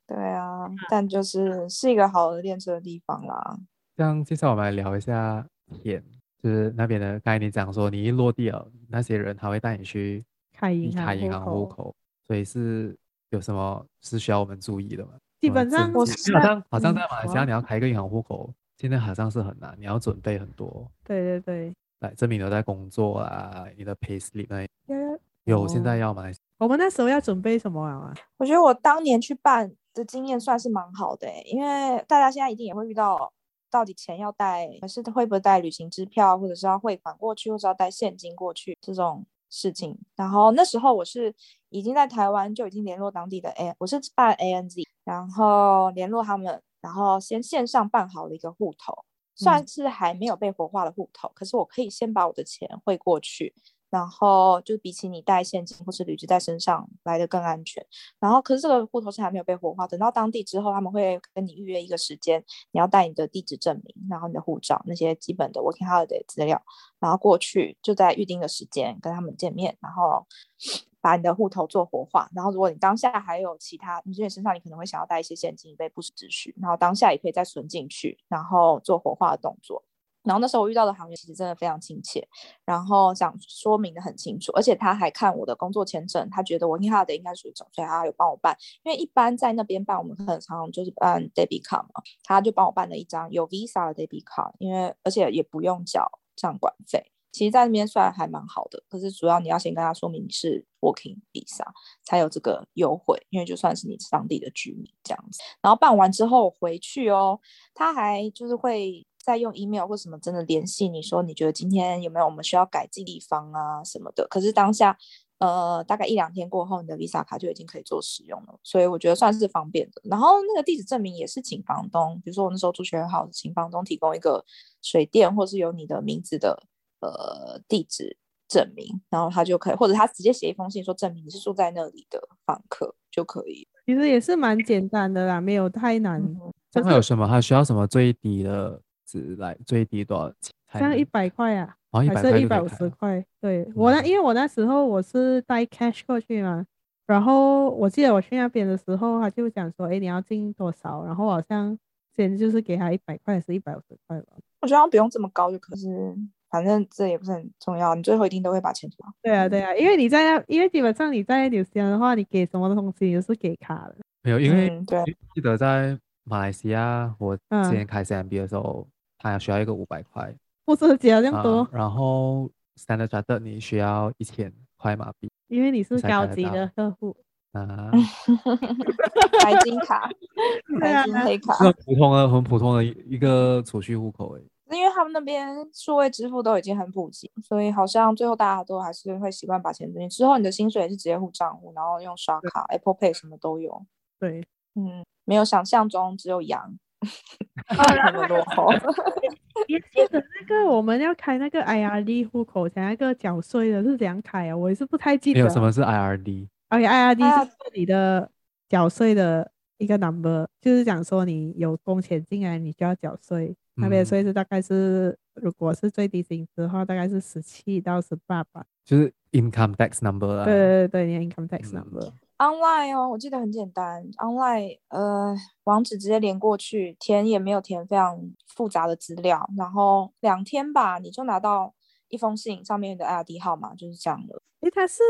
S2: 对对啊，但就是是一个好的练车的地方啦。
S1: 这样，接下来我们来聊一下田，就是那边的。刚才你讲说，你一落地了，那些人他会带你去
S3: 开
S1: 你
S3: 银行
S1: 开银
S3: 户
S1: 行户
S3: 口
S1: 口，所以是有什么是需要我们注意的吗？
S3: 基
S1: 什么
S3: 本上
S1: 证
S2: 我
S1: 件
S2: 是
S1: 因为好像好像
S3: 嗯
S1: 在马来西
S3: 什
S1: 亚
S3: 么
S1: 你要开一个银行户口，现在好像是很难，你要准备很多，
S3: 对对对，
S1: 来证明你有在工作啊，你的 pay slip 那
S3: 要要
S1: 有现在
S3: 哦
S1: 要马来西
S3: 我们那时候要准备什么啊？
S2: 我觉得我当年去办的经验算是蛮好的欸、因为大家现在一定也会遇到，到底钱要带，还是会不会带旅行支票，或者是要汇款过去，或者要带现金过去这种事情。然后那时候我是已经在台湾就已经联络当地的 A，我是办 ANZ，然后联络他们，然后先线上办好了一个户头，算是还没有被活化的户头，可是我可以先把我的钱汇过去。然后就比起你带现金或是旅居在身上来的更安全。然后可是这个户头是还没有被活化，等到当地之后，他们会跟你预约一个时间，你要带你的地址证明，然后你的护照那些基本的 working holiday 资料，然后过去就在预定的时间跟他们见面，然后 [sniffs] 把你的户头做活化。然后如果你当下还有其他，你自己身上你可能会想要带一些现金以备不时之需，然后当下也可以再存进去，然后做活化的动作。然后那时候我遇到的行员其实真的非常亲切，然后讲说明的很清楚，而且他还看我的工作签证，他觉得我 working holiday 应该属于种，所以他有帮我办。因为一般在那边办，我们很常常就是办 debit card 嘛，他就帮我办了一张有 Visa 的 debit card，因为而且也不用缴账管费。其实，在那边算还蛮好的，可是主要你要先跟他说明你是 working visa 才有这个优惠，因为就算是你是当地的居民这样子。然后办完之后回去哦，他还就是会再用 email 或什么真的联系你说，你觉得今天有没有我们需要改进地方啊什么的。可是当下，呃，大概一两天过后，你的 Visa 卡就已经可以做使用了，所以我觉得算是方便的。然后那个地址证明也是请房东，比如说我那时候住学好，请房东提供一个水电或是有你的名字的呃地址证明，然后他就可以，或者他直接写一封信说证明你是住在那里的房客就可以了。嗯
S3: 其实也是蛮简单的啦，没有太难，
S1: 亚，他有什么？他需要什么最低的值来？最低多少钱才能？
S3: 像一百块啊，
S1: 哦，一
S3: 还
S1: 百
S3: 是
S1: 块
S3: 一
S1: 就可
S3: 百
S1: 以
S3: 五
S1: 开
S3: 十
S1: 了嗯
S3: 块。对我那，因为我那时候我是带 cash 过去嘛，然后我记得我去那边的时候，他就讲说，哎，你要进多少？然后好像先就是给他一百块，还是一百五十块吧。嗯
S2: 我觉得好像不用这么高就可以，就是反正这也不是很重要，你最后一定都会把钱还。
S3: 对啊，对啊，因为你在那，因为基本上你在纽西兰的话，你给什么东西你都是给卡的。
S1: 没有，因为
S2: 嗯对
S1: 记得在马来西亚，我之
S3: 嗯
S1: 前开 CMB 的时候，它需要一个五百块，
S3: 不是只要这样
S1: 啊
S3: 多，
S1: 然后 Standard Chartered 你需要一千块马币
S3: 因为你是
S1: 才
S3: 高
S1: 看得
S3: 级的
S1: 到
S3: 客户。
S1: 啊，
S2: 白金
S3: [laughs]
S2: 卡、
S3: 对啊
S2: 白金黑卡
S1: 是，很普通的、很普通的一个储蓄户口诶。欸
S2: 因为他们那边数位支付都已经很普及，所以好像最后大家都还是会习惯把钱存进去。之后你的薪水也是直接入账户，然后用刷卡、Apple Pay 什么都有。
S3: 对，
S2: 嗯，没有想象中只有羊
S3: 哦
S2: [laughs] 那么落后。
S3: 也记得那个我们要开那个 IRD 户口，前那个缴税的是怎样开啊？我也是不太记
S1: 没
S3: 得
S1: 有
S3: 了。
S1: 什么是 IRD，
S3: 而且 IRD
S2: 啊
S3: 是你的缴税的一个 number，就是讲说你有工钱进来，你就要缴税。那边的
S1: 嗯
S3: 税是大概是，如果是最低薪资的话，大概是十七到十八吧。
S1: 就是 income tax number 啊。
S3: 对对对，你的 income tax
S1: 嗯
S3: number。
S2: Online 哦，我记得很简单，Online 呃网址直接连过去，填也没有填非常复杂的资料，然后两天吧你就拿到一封信，上面的 ID 号码就是这样了。
S3: 因为它是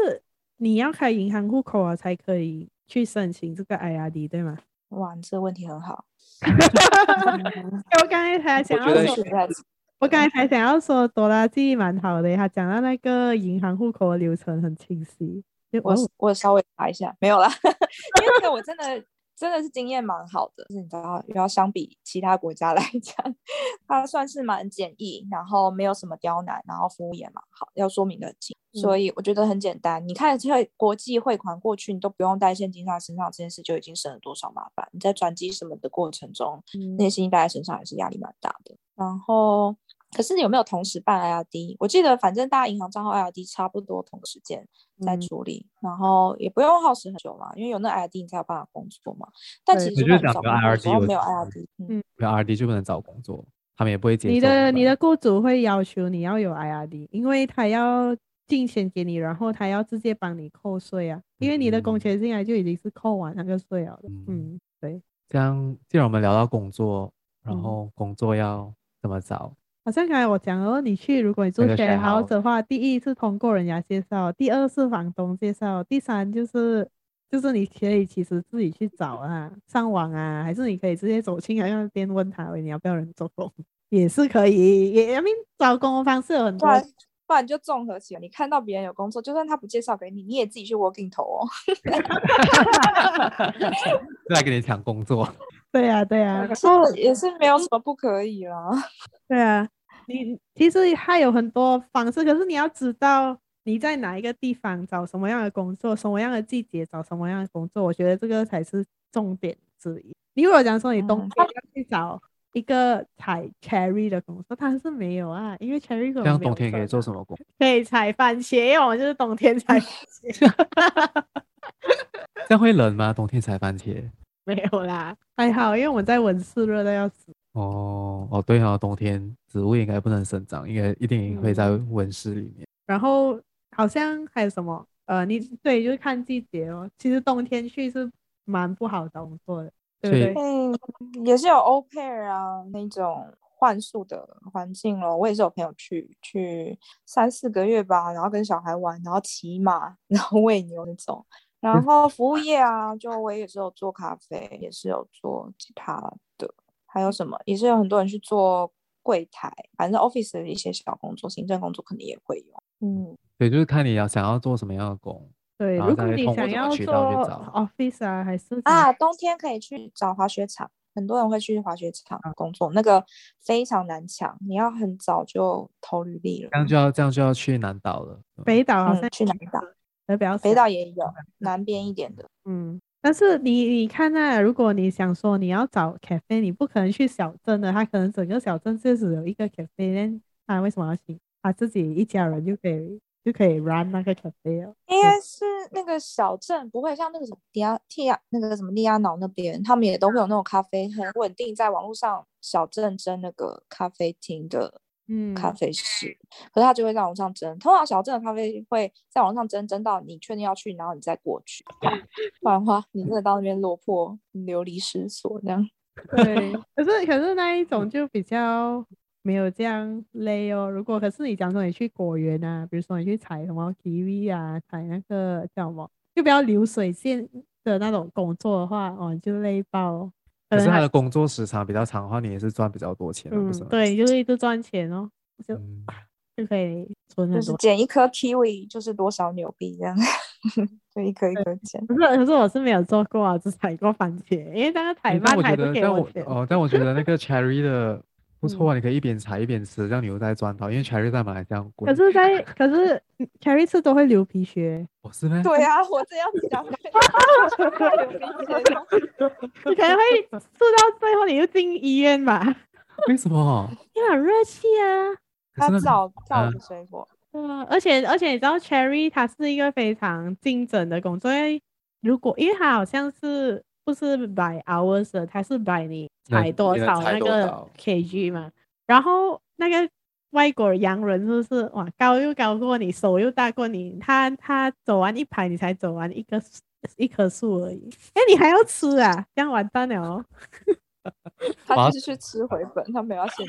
S3: 你要开银行户口啊，才可以去申请这个 IRD，对吗？
S2: 哇，你这个问题很
S3: [laughs]
S2: 好，
S3: 我刚才才想
S1: 觉
S3: 要
S1: 得
S3: 说
S2: 是在
S3: 我刚才还想要说，朵拉记忆蛮好的，她讲到那个银行户口的流程很清晰。就
S2: 我
S3: 哦
S2: 我稍微查一下，没有啦， [laughs] 因为这个我真的真的是经验蛮好的，就是你知道，要相比其他国家来讲， [laughs] 它算是蛮简易，然后没有什么刁难，然后服务也蛮好，要说明的清，所以我觉得很简单。你看，这个国际汇款过去，你都不用带现金在身上，这件事就已经省了多少麻烦。你在转机什么的过程中，
S3: 嗯
S2: 那些信息带在身上也是压力蛮大的。然后，可是有没有同时办 IRD？我记得反正大家银行账号 IRD 差不多同时间在
S3: 嗯
S2: 处理，然后也不用耗时很久嘛，因为有那 IRD 你才有办法工作嘛。但
S3: 对
S2: 其
S3: 你
S2: 实
S1: 就
S2: 很
S1: 讲
S2: 早
S1: 个
S2: 工作的时
S1: IRD
S2: 候
S1: 我
S2: 没有
S1: 知道
S2: IRD，嗯，
S1: 没有 RD 就不能找工作，他们也不会接受
S3: 你的
S1: 吧
S3: 你的雇主会要求你要有 IRD，因为他要进钱给你，然后他要直接帮你扣税啊，因为你的
S1: 嗯
S3: 工钱进来就已经是扣完那个税了的。嗯，对，
S1: 这样，既然我们聊到工作，然
S3: 嗯
S1: 后工作要怎么
S3: [laughs]
S1: 找？
S3: 好像刚才我讲哦，你去如果你住
S1: 个
S3: share
S1: share
S3: house
S1: house
S3: 的话，第一是通过人家介绍，第二是房东介绍，第三就是就是你可以其实自己去找啊，上网啊，还是你可以直接走进来那边问他，喂你要不要人做工， [laughs] 也是可以，也 I mean 找工的方式有很
S2: 不
S3: 多
S2: 然不然就综合起来，你看到别人有工作，就算他不介绍给你，你也自己去 working 投哦。
S1: 就来跟你抢工作，
S3: 对呀、对呀、
S1: 嗯
S2: [laughs]
S3: 然
S2: 是
S1: 哦
S3: 后
S2: 也是没有什么不可以啦。
S3: 对啊，你其实还有很多方式，可是你要知道你在哪一个地方找什么样的工作，什么样的季节找什么样的工作，我觉得这个才是重点之一。你如果讲说你冬
S2: 嗯
S3: 天要去找一个采 cherry 的工作，它是没有啊，因为 cherry
S1: 这
S3: 这
S1: 样冬天可以做什么工？
S3: 可以采番茄，因为我们就是冬天采番茄，
S1: [laughs]
S3: [laughs]
S1: 这样会冷吗？冬天采番茄？
S3: 没有啦，还好，因为我们在温室热的要死。
S1: 哦哦，对哦，冬天植物应该不能生长，应该一定会在
S3: 嗯
S1: 温室里面。
S3: 然后好像还有什么，呃，你对，就是看季节哦。其实冬天去是蛮不好找工作的，对
S1: 所
S3: 不
S1: 以
S3: 对？
S2: 嗯，也是有 o p a r 啊那种幻术的环境咯。我也是有朋友去去三四个月吧，然后跟小孩玩，然后骑马， [laughs] 然后喂牛那种。然后服务业啊，就我也是有做咖啡，也是有做其他的，还有什么也是有很多人去做柜台，反正 office 的一些小工作、行政工作肯定也会有。嗯，
S1: 对，就是看你要想要做什么样的工。
S3: 对，
S1: 然后
S3: 如
S1: 再
S3: 果你
S1: 通过
S3: 想
S1: 这个
S3: 要
S1: 渠
S3: 做
S1: 道去找
S3: office 啊，还是
S2: 啊，
S3: 什么，
S2: 冬天可以去找滑雪场，很多人会去滑雪场工作，那个非常难抢，你要很早就投履历了
S1: 这。样就要这样就要去南岛了。嗯
S3: 嗯北岛好
S2: 嗯
S3: 像
S2: 去南岛
S3: 也比较
S2: 北
S3: 少
S2: 岛也有，南边一点的。
S3: 嗯。但是你你看啊，如果你想说你要找 cafe，你不可能去小镇的，他可能整个小镇就只有一个 cafe，那他为什么要请他自己一家人就可以就可以 run 那个 cafe 哦了？
S2: 应该是那个小镇不会像那个什么迪亚蒂亚那个什么利亚瑙那边，他们也都会有那种咖啡，很稳定，在网络上小镇争那个咖啡厅的
S3: 嗯，
S2: 咖啡室，可是他就会在网上争。通常小镇的咖啡会在网上争，争到你确定要去，然后你再过去，
S3: 嗯
S2: 不然的话，你真的到那边落魄流离失所这样。
S3: [laughs] 对，可是可是那一种就比较没有这样累哦。如果可是你讲说你去果园啊，比如说你去采什么 kiwi 啊，采那个叫什么，就比较流水线的那种工作的话，哦，你就累爆哦。
S1: 可是
S3: 能
S1: 他
S3: 还
S1: 的工作时长比较长的话，你也是赚比较多钱啊，
S3: 嗯
S1: 不是，吗？
S3: 对，你就一直赚钱哦，就
S1: 嗯
S3: 就可以存
S2: 就
S3: 很
S2: 是
S3: 多。
S2: 捡一颗 kiwi 就是多少纽币这样，就一颗一颗捡。
S3: 可是可是我是没有做过啊，只采过番茄，因为那个
S1: 诶
S3: 采
S1: 但
S3: 卖
S1: 我觉
S3: 台不
S1: 得，
S3: 给
S1: 但
S3: 我钱。嗯
S1: 哦，但我觉得那个 cherry
S3: [laughs]
S1: 的不错啊，你可以一边采一边吃，这样你又在赚到，因为 cherry 在马来西亚很贵。
S3: 可是在，可是 cherry 吃都会流
S1: [laughs]
S3: 皮屑，
S1: 我哦是咩？
S2: 对啊，我这样讲，流鼻血
S3: 你可能会吃到最后你就进医院嘛，
S1: 为什么？
S3: 因为很热气啊。
S1: 可
S2: 它
S1: 是那
S2: 造造
S1: 嗯
S2: 的水果，
S3: 对啊，而且而且你知道 cherry 它是一个非常竞争的工作，因为如果因为它好像是不是 by hours 的，它是 by 你
S1: 那
S3: 采多
S1: 你能
S3: 少
S1: 采
S3: 那
S1: 多
S3: 个
S1: 少
S3: kg 嘛，然后那个外国人洋人是不是哇高又高过你，手又大过你，他他走完一排你才走完一个一棵树而已，哎你还要吃啊，这样完蛋了哦。
S2: 它
S1: 哇
S2: 就是去吃回本，它没有要现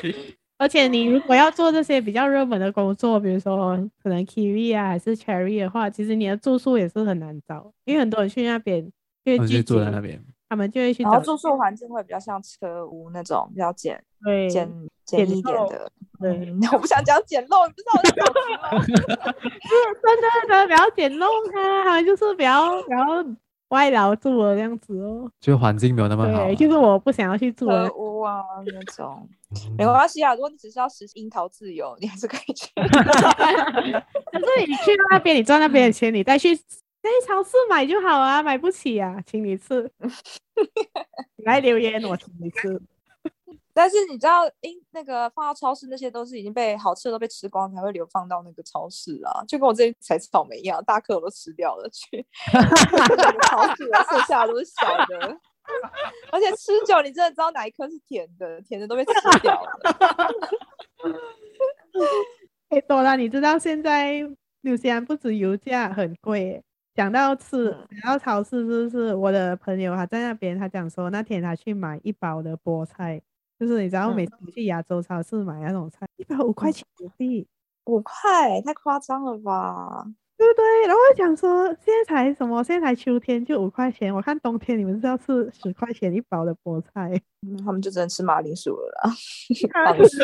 S2: 金。
S3: [laughs] 而且你如果要做这些比较热门的工作，比如说可能 kiwi 啊还是 cherry 的话，其实你的住宿也是很难找，因为很多人去那边就
S1: 我
S3: 会
S1: 哦去
S3: 聚集
S1: 住，在那边。
S3: 他们就会去
S2: 然后
S3: 找
S2: 哦住宿环境会比较像车屋那种，比较简
S3: 对
S2: 简
S3: 简
S2: 简易一点
S3: 陋
S2: 的。
S3: 对，
S2: 嗯，我不想讲简陋，你不知道我在讲什么。
S3: [laughs] 真的真的比较简陋啊，他们就是比较比较外劳住的这样子哦。
S1: 就环境没有那么好啊、
S3: 对，就是我不想要去住
S2: 和
S3: 的，
S2: 屋啊那种，
S1: 嗯
S2: 没关系啊。如果你只是要实樱桃自由，你还是可以去。 [laughs]
S3: 可是你去到那边，你赚那边的钱，你再去再去超市买就好啊，买不起啊，请你
S2: [laughs]
S3: 吃，你来留言我请你吃。
S2: 但是你知道，因那个放到超市那些都是已经被好吃的都被吃光，才会流放到那个超市啊。就跟我这采草莓一样，大颗我都吃掉了，
S3: [laughs]
S2: 去 [laughs] 那个超市啊，剩下的都是小的。而且吃久，你真的知道哪一颗是甜的，甜的都被吃掉了。
S3: 哎，朵拉，你知道现在纽西兰不止油价很贵耶，讲到吃，讲到超市，是不是？我的朋友他在那边，他讲说那天他去买一包的菠菜，就是你知道每次我去亚洲超市买那种菜，一包五块钱纽币，
S2: 五块，太夸张了吧？
S3: 对不对？然后我想说现在才什么？现在才秋天就五块钱，我看冬天你们是要吃十块钱一包的菠菜，
S2: 嗯，他们就只能吃马铃薯了啦，
S3: 他
S2: [laughs] 放肆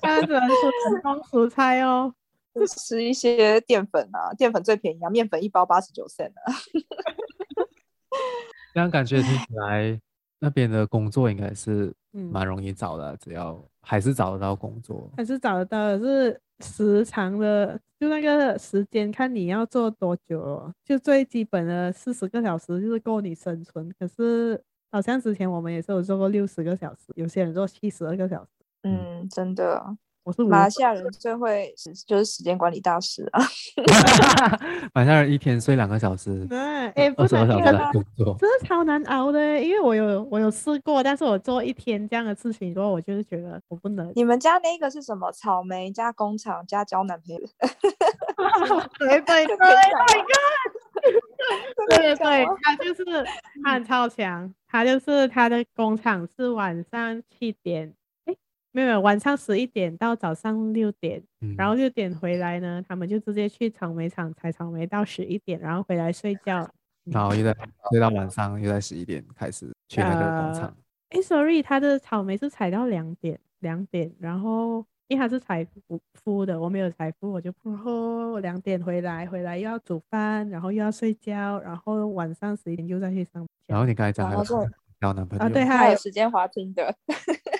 S3: 他只能吃冷冻蔬菜哦。
S2: 就吃一些淀粉啊，淀粉最便宜啊，面粉一包八十九 c 啊。
S1: [laughs] 这样感觉听起来，那边的工作应该是
S3: 嗯
S1: 蛮容易找的啊，只要还是找得到工
S3: [laughs]
S1: 作。
S3: 还是找得到的，是时长的，就那个时间看你要做多久哦，就最基本的四十个小时就是够你生存。可是好像之前我们也是有做过六十个小时，有些人做七十二个小时，
S2: 嗯，真的，
S3: 我是无
S2: 马来西亚人最会时就是时间管理大师啊。 [laughs]
S1: 马来西亚人一天睡两个小时，
S3: 哎、诶不
S1: 二十
S3: 能
S1: 个小
S3: 这
S1: 时
S3: 样
S2: 啊，
S1: 来工作。
S3: 真的超难熬的，因为我有我有试过，但是我做一天这样的事情之后，我就是觉得我不能
S2: 你们家那个是什么？草莓加工厂加交男朋友，
S3: 对对对
S2: 就偏向
S3: 对
S2: 了
S3: 对
S2: 这个
S3: 对
S2: 叫
S3: 对
S2: 什么，
S3: 他就是他很超强，他就是他的工厂是晚上七点，哎，没有没有，晚上十一点到早上六点，
S1: 嗯
S3: 然后六点回来呢，他们就直接去草莓厂采草莓到十一点，然后回来睡觉。
S1: 然后又
S3: [laughs]
S1: 在睡到晚上，又在十一点开始去那个工
S3: 呃
S1: 厂。
S3: 哎，sorry，他的草莓是采到两点，两点，然后因为他是采夫夫的，我没有采夫，我就然后两点回来，回来又要煮饭，然后又要睡觉，然后晚上十一点又再去上
S1: 然
S3: 班。
S1: 后你刚才讲
S2: 然
S1: 还 [laughs]
S2: 后
S1: 有
S2: 就
S1: 交男朋友，
S3: 啊，对，他
S2: 还
S3: 还
S2: 哦有时间滑听的，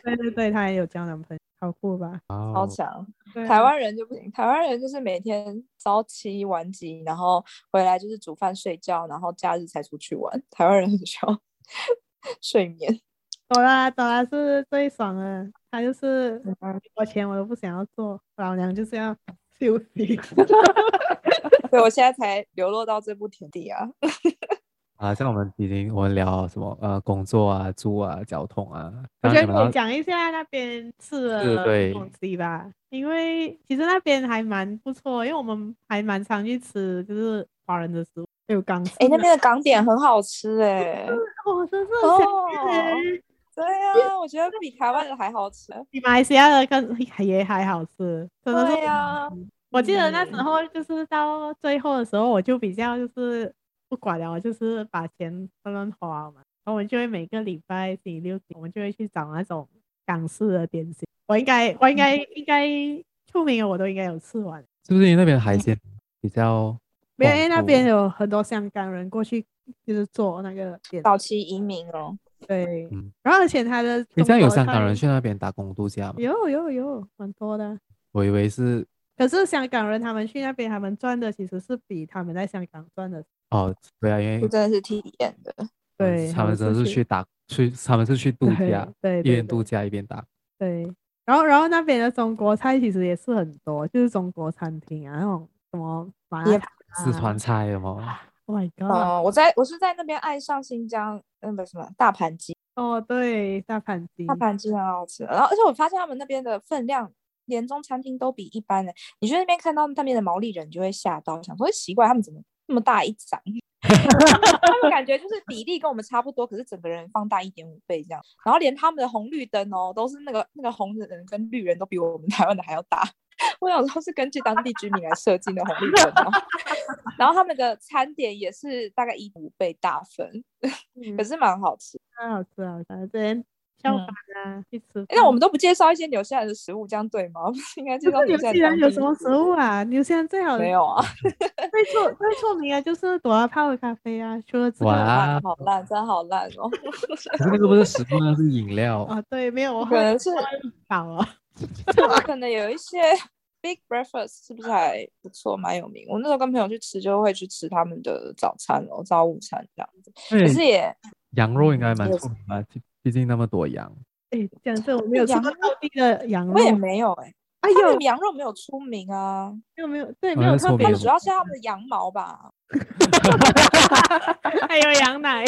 S3: 对对对，她也有交男朋友，好酷吧？
S2: 超
S1: 哦，
S2: 强。
S3: 对啊
S2: 啊台湾人就不行，台湾人就是每天早起晚几，然后回来就是煮饭睡觉，然后假日才出去玩。台湾人很需要 [laughs] 睡眠。
S3: 朵拉朵拉是最爽的，她就是
S2: 嗯
S3: 我钱我都不想要做，老娘就是要 [laughs] 休息。
S2: 对我现在才流落到这步田地啊。
S1: 啊，像我们已经我们聊什么呃工作啊、住啊、交通啊，
S3: 我
S1: 当
S3: 觉
S1: 然你
S3: 得
S1: 们
S3: 可以
S1: 要
S3: 讲一下那边吃
S1: 是
S3: 的
S1: 对
S3: 东西吧，因为其实那边还蛮不错，因为我们还蛮常去吃，就是华人的食物，还有港式
S2: 哎、那
S3: 的
S2: 边的港点很好吃哎、
S3: 我真是
S2: 哦
S3: 很想去吃
S2: [laughs] 对啊，我觉得比台湾的还好吃。
S3: 比马来西亚的更 [laughs] 也还好吃，真的是
S2: 对啊，
S3: 我记得那时
S2: 嗯
S3: 候就是到最后的时候，我就比较就是不管了，我就是把钱乱乱花嘛。然后我们就会每个礼拜星期六，我们就会去找那种港式的点心。我应该，我应该，
S1: 嗯
S3: 应该出名的我都应该有吃完。
S1: 是不是因为那边的海鲜比较
S3: 嗯没有，因为
S1: 丰
S3: 那
S1: 富啊
S3: 边有很多香港人过去就是做那个点，
S2: 早期移民哦，
S3: 对。
S1: 嗯
S3: 然后而且他的
S1: 你
S3: 中
S1: 这样有
S3: 国
S1: 香港人
S3: 菜
S1: 去那边打工度假吗？
S3: 有有有蛮多的。
S1: 我以为是
S3: 可是香港人他们去那边，他们赚的其实是比他们在香港赚的，
S1: 哦，对啊，因为
S2: 这真的是体验的。
S3: 对，
S1: 他们真的是去打去，他们是去度
S3: 对
S1: 假，
S3: 对
S1: 一
S3: 对
S1: 边
S3: 对
S1: 度假一边打。
S3: 对，然后然后那边的中国菜其实也是很多，就是中国餐厅啊，那种什么麻辣
S2: 也
S3: 烫啊、
S1: 四川菜有吗？
S3: ，Oh my god！
S2: 哦，我在我是在那边爱上新疆，嗯，不是什么大盘鸡，
S3: 哦，对，大盘鸡
S2: 大，盘鸡很好吃。然后，而且我发现他们那边的分量，连中餐厅都比一般的。你去那边看到那边的毛利人，你就会吓到，想说诶奇怪，他们怎么那么大一张？ [laughs] 他们感觉就是比例跟我们差不多，可是整个人放大一点五倍这样。然后连他们的红绿灯哦，都是那个那个红的人跟绿人都比我们台湾的还要大。 [laughs] 我想说，是根据当地居民来设计的红绿灯哦。 [laughs] 然后他们的餐点也是大概一五倍大份，可
S3: 嗯，
S2: 是蛮好吃。
S3: 太好吃了，反正下午
S2: 嗯
S3: 班啊去吃饭。
S2: 那我们都不介绍一些纽西兰的食物，这样对吗？ [laughs] 不是应该介绍
S3: 可是纽
S2: 西
S3: 西兰
S2: 当
S3: 有
S2: 地
S3: 什么
S2: 的
S3: 食物？啊？纽西兰最好的
S2: 没有
S1: [laughs]
S2: 啊，
S3: 最出最出名的就是朵拉泡的咖啡啊，除了这个
S1: 哇
S2: 啊，好烂，真的好烂哦。
S1: 可是那个不是食物，那是饮料。
S3: 啊，对，没有我
S2: 可
S3: 喝哦
S2: 能是
S3: 饱了。
S2: 可能有一些 Big Breakfast 是不是还不错，蛮有名？我那时候跟朋友去吃，就会去吃他们的早餐哦，早午餐这样子。可是
S1: 对，
S2: 也
S1: 羊肉应
S3: 嗯
S1: 该蛮
S2: 有
S1: 出名吧？毕毕竟那么多羊。
S3: 哎，讲真，我没有吃
S2: 羊
S3: 过
S2: 肉
S3: 当地的羊肉
S2: 我，
S1: 嗯
S2: 也没有哎、
S3: 哎
S2: 他
S3: 呦
S2: 们，羊肉没有出名啊，
S3: 没有没有，对，
S1: 好
S3: 没有
S1: 像是
S3: 特
S1: 我
S3: 别
S2: 他
S1: 没有
S2: 们主要是他们的羊毛吧。
S3: 还有羊奶，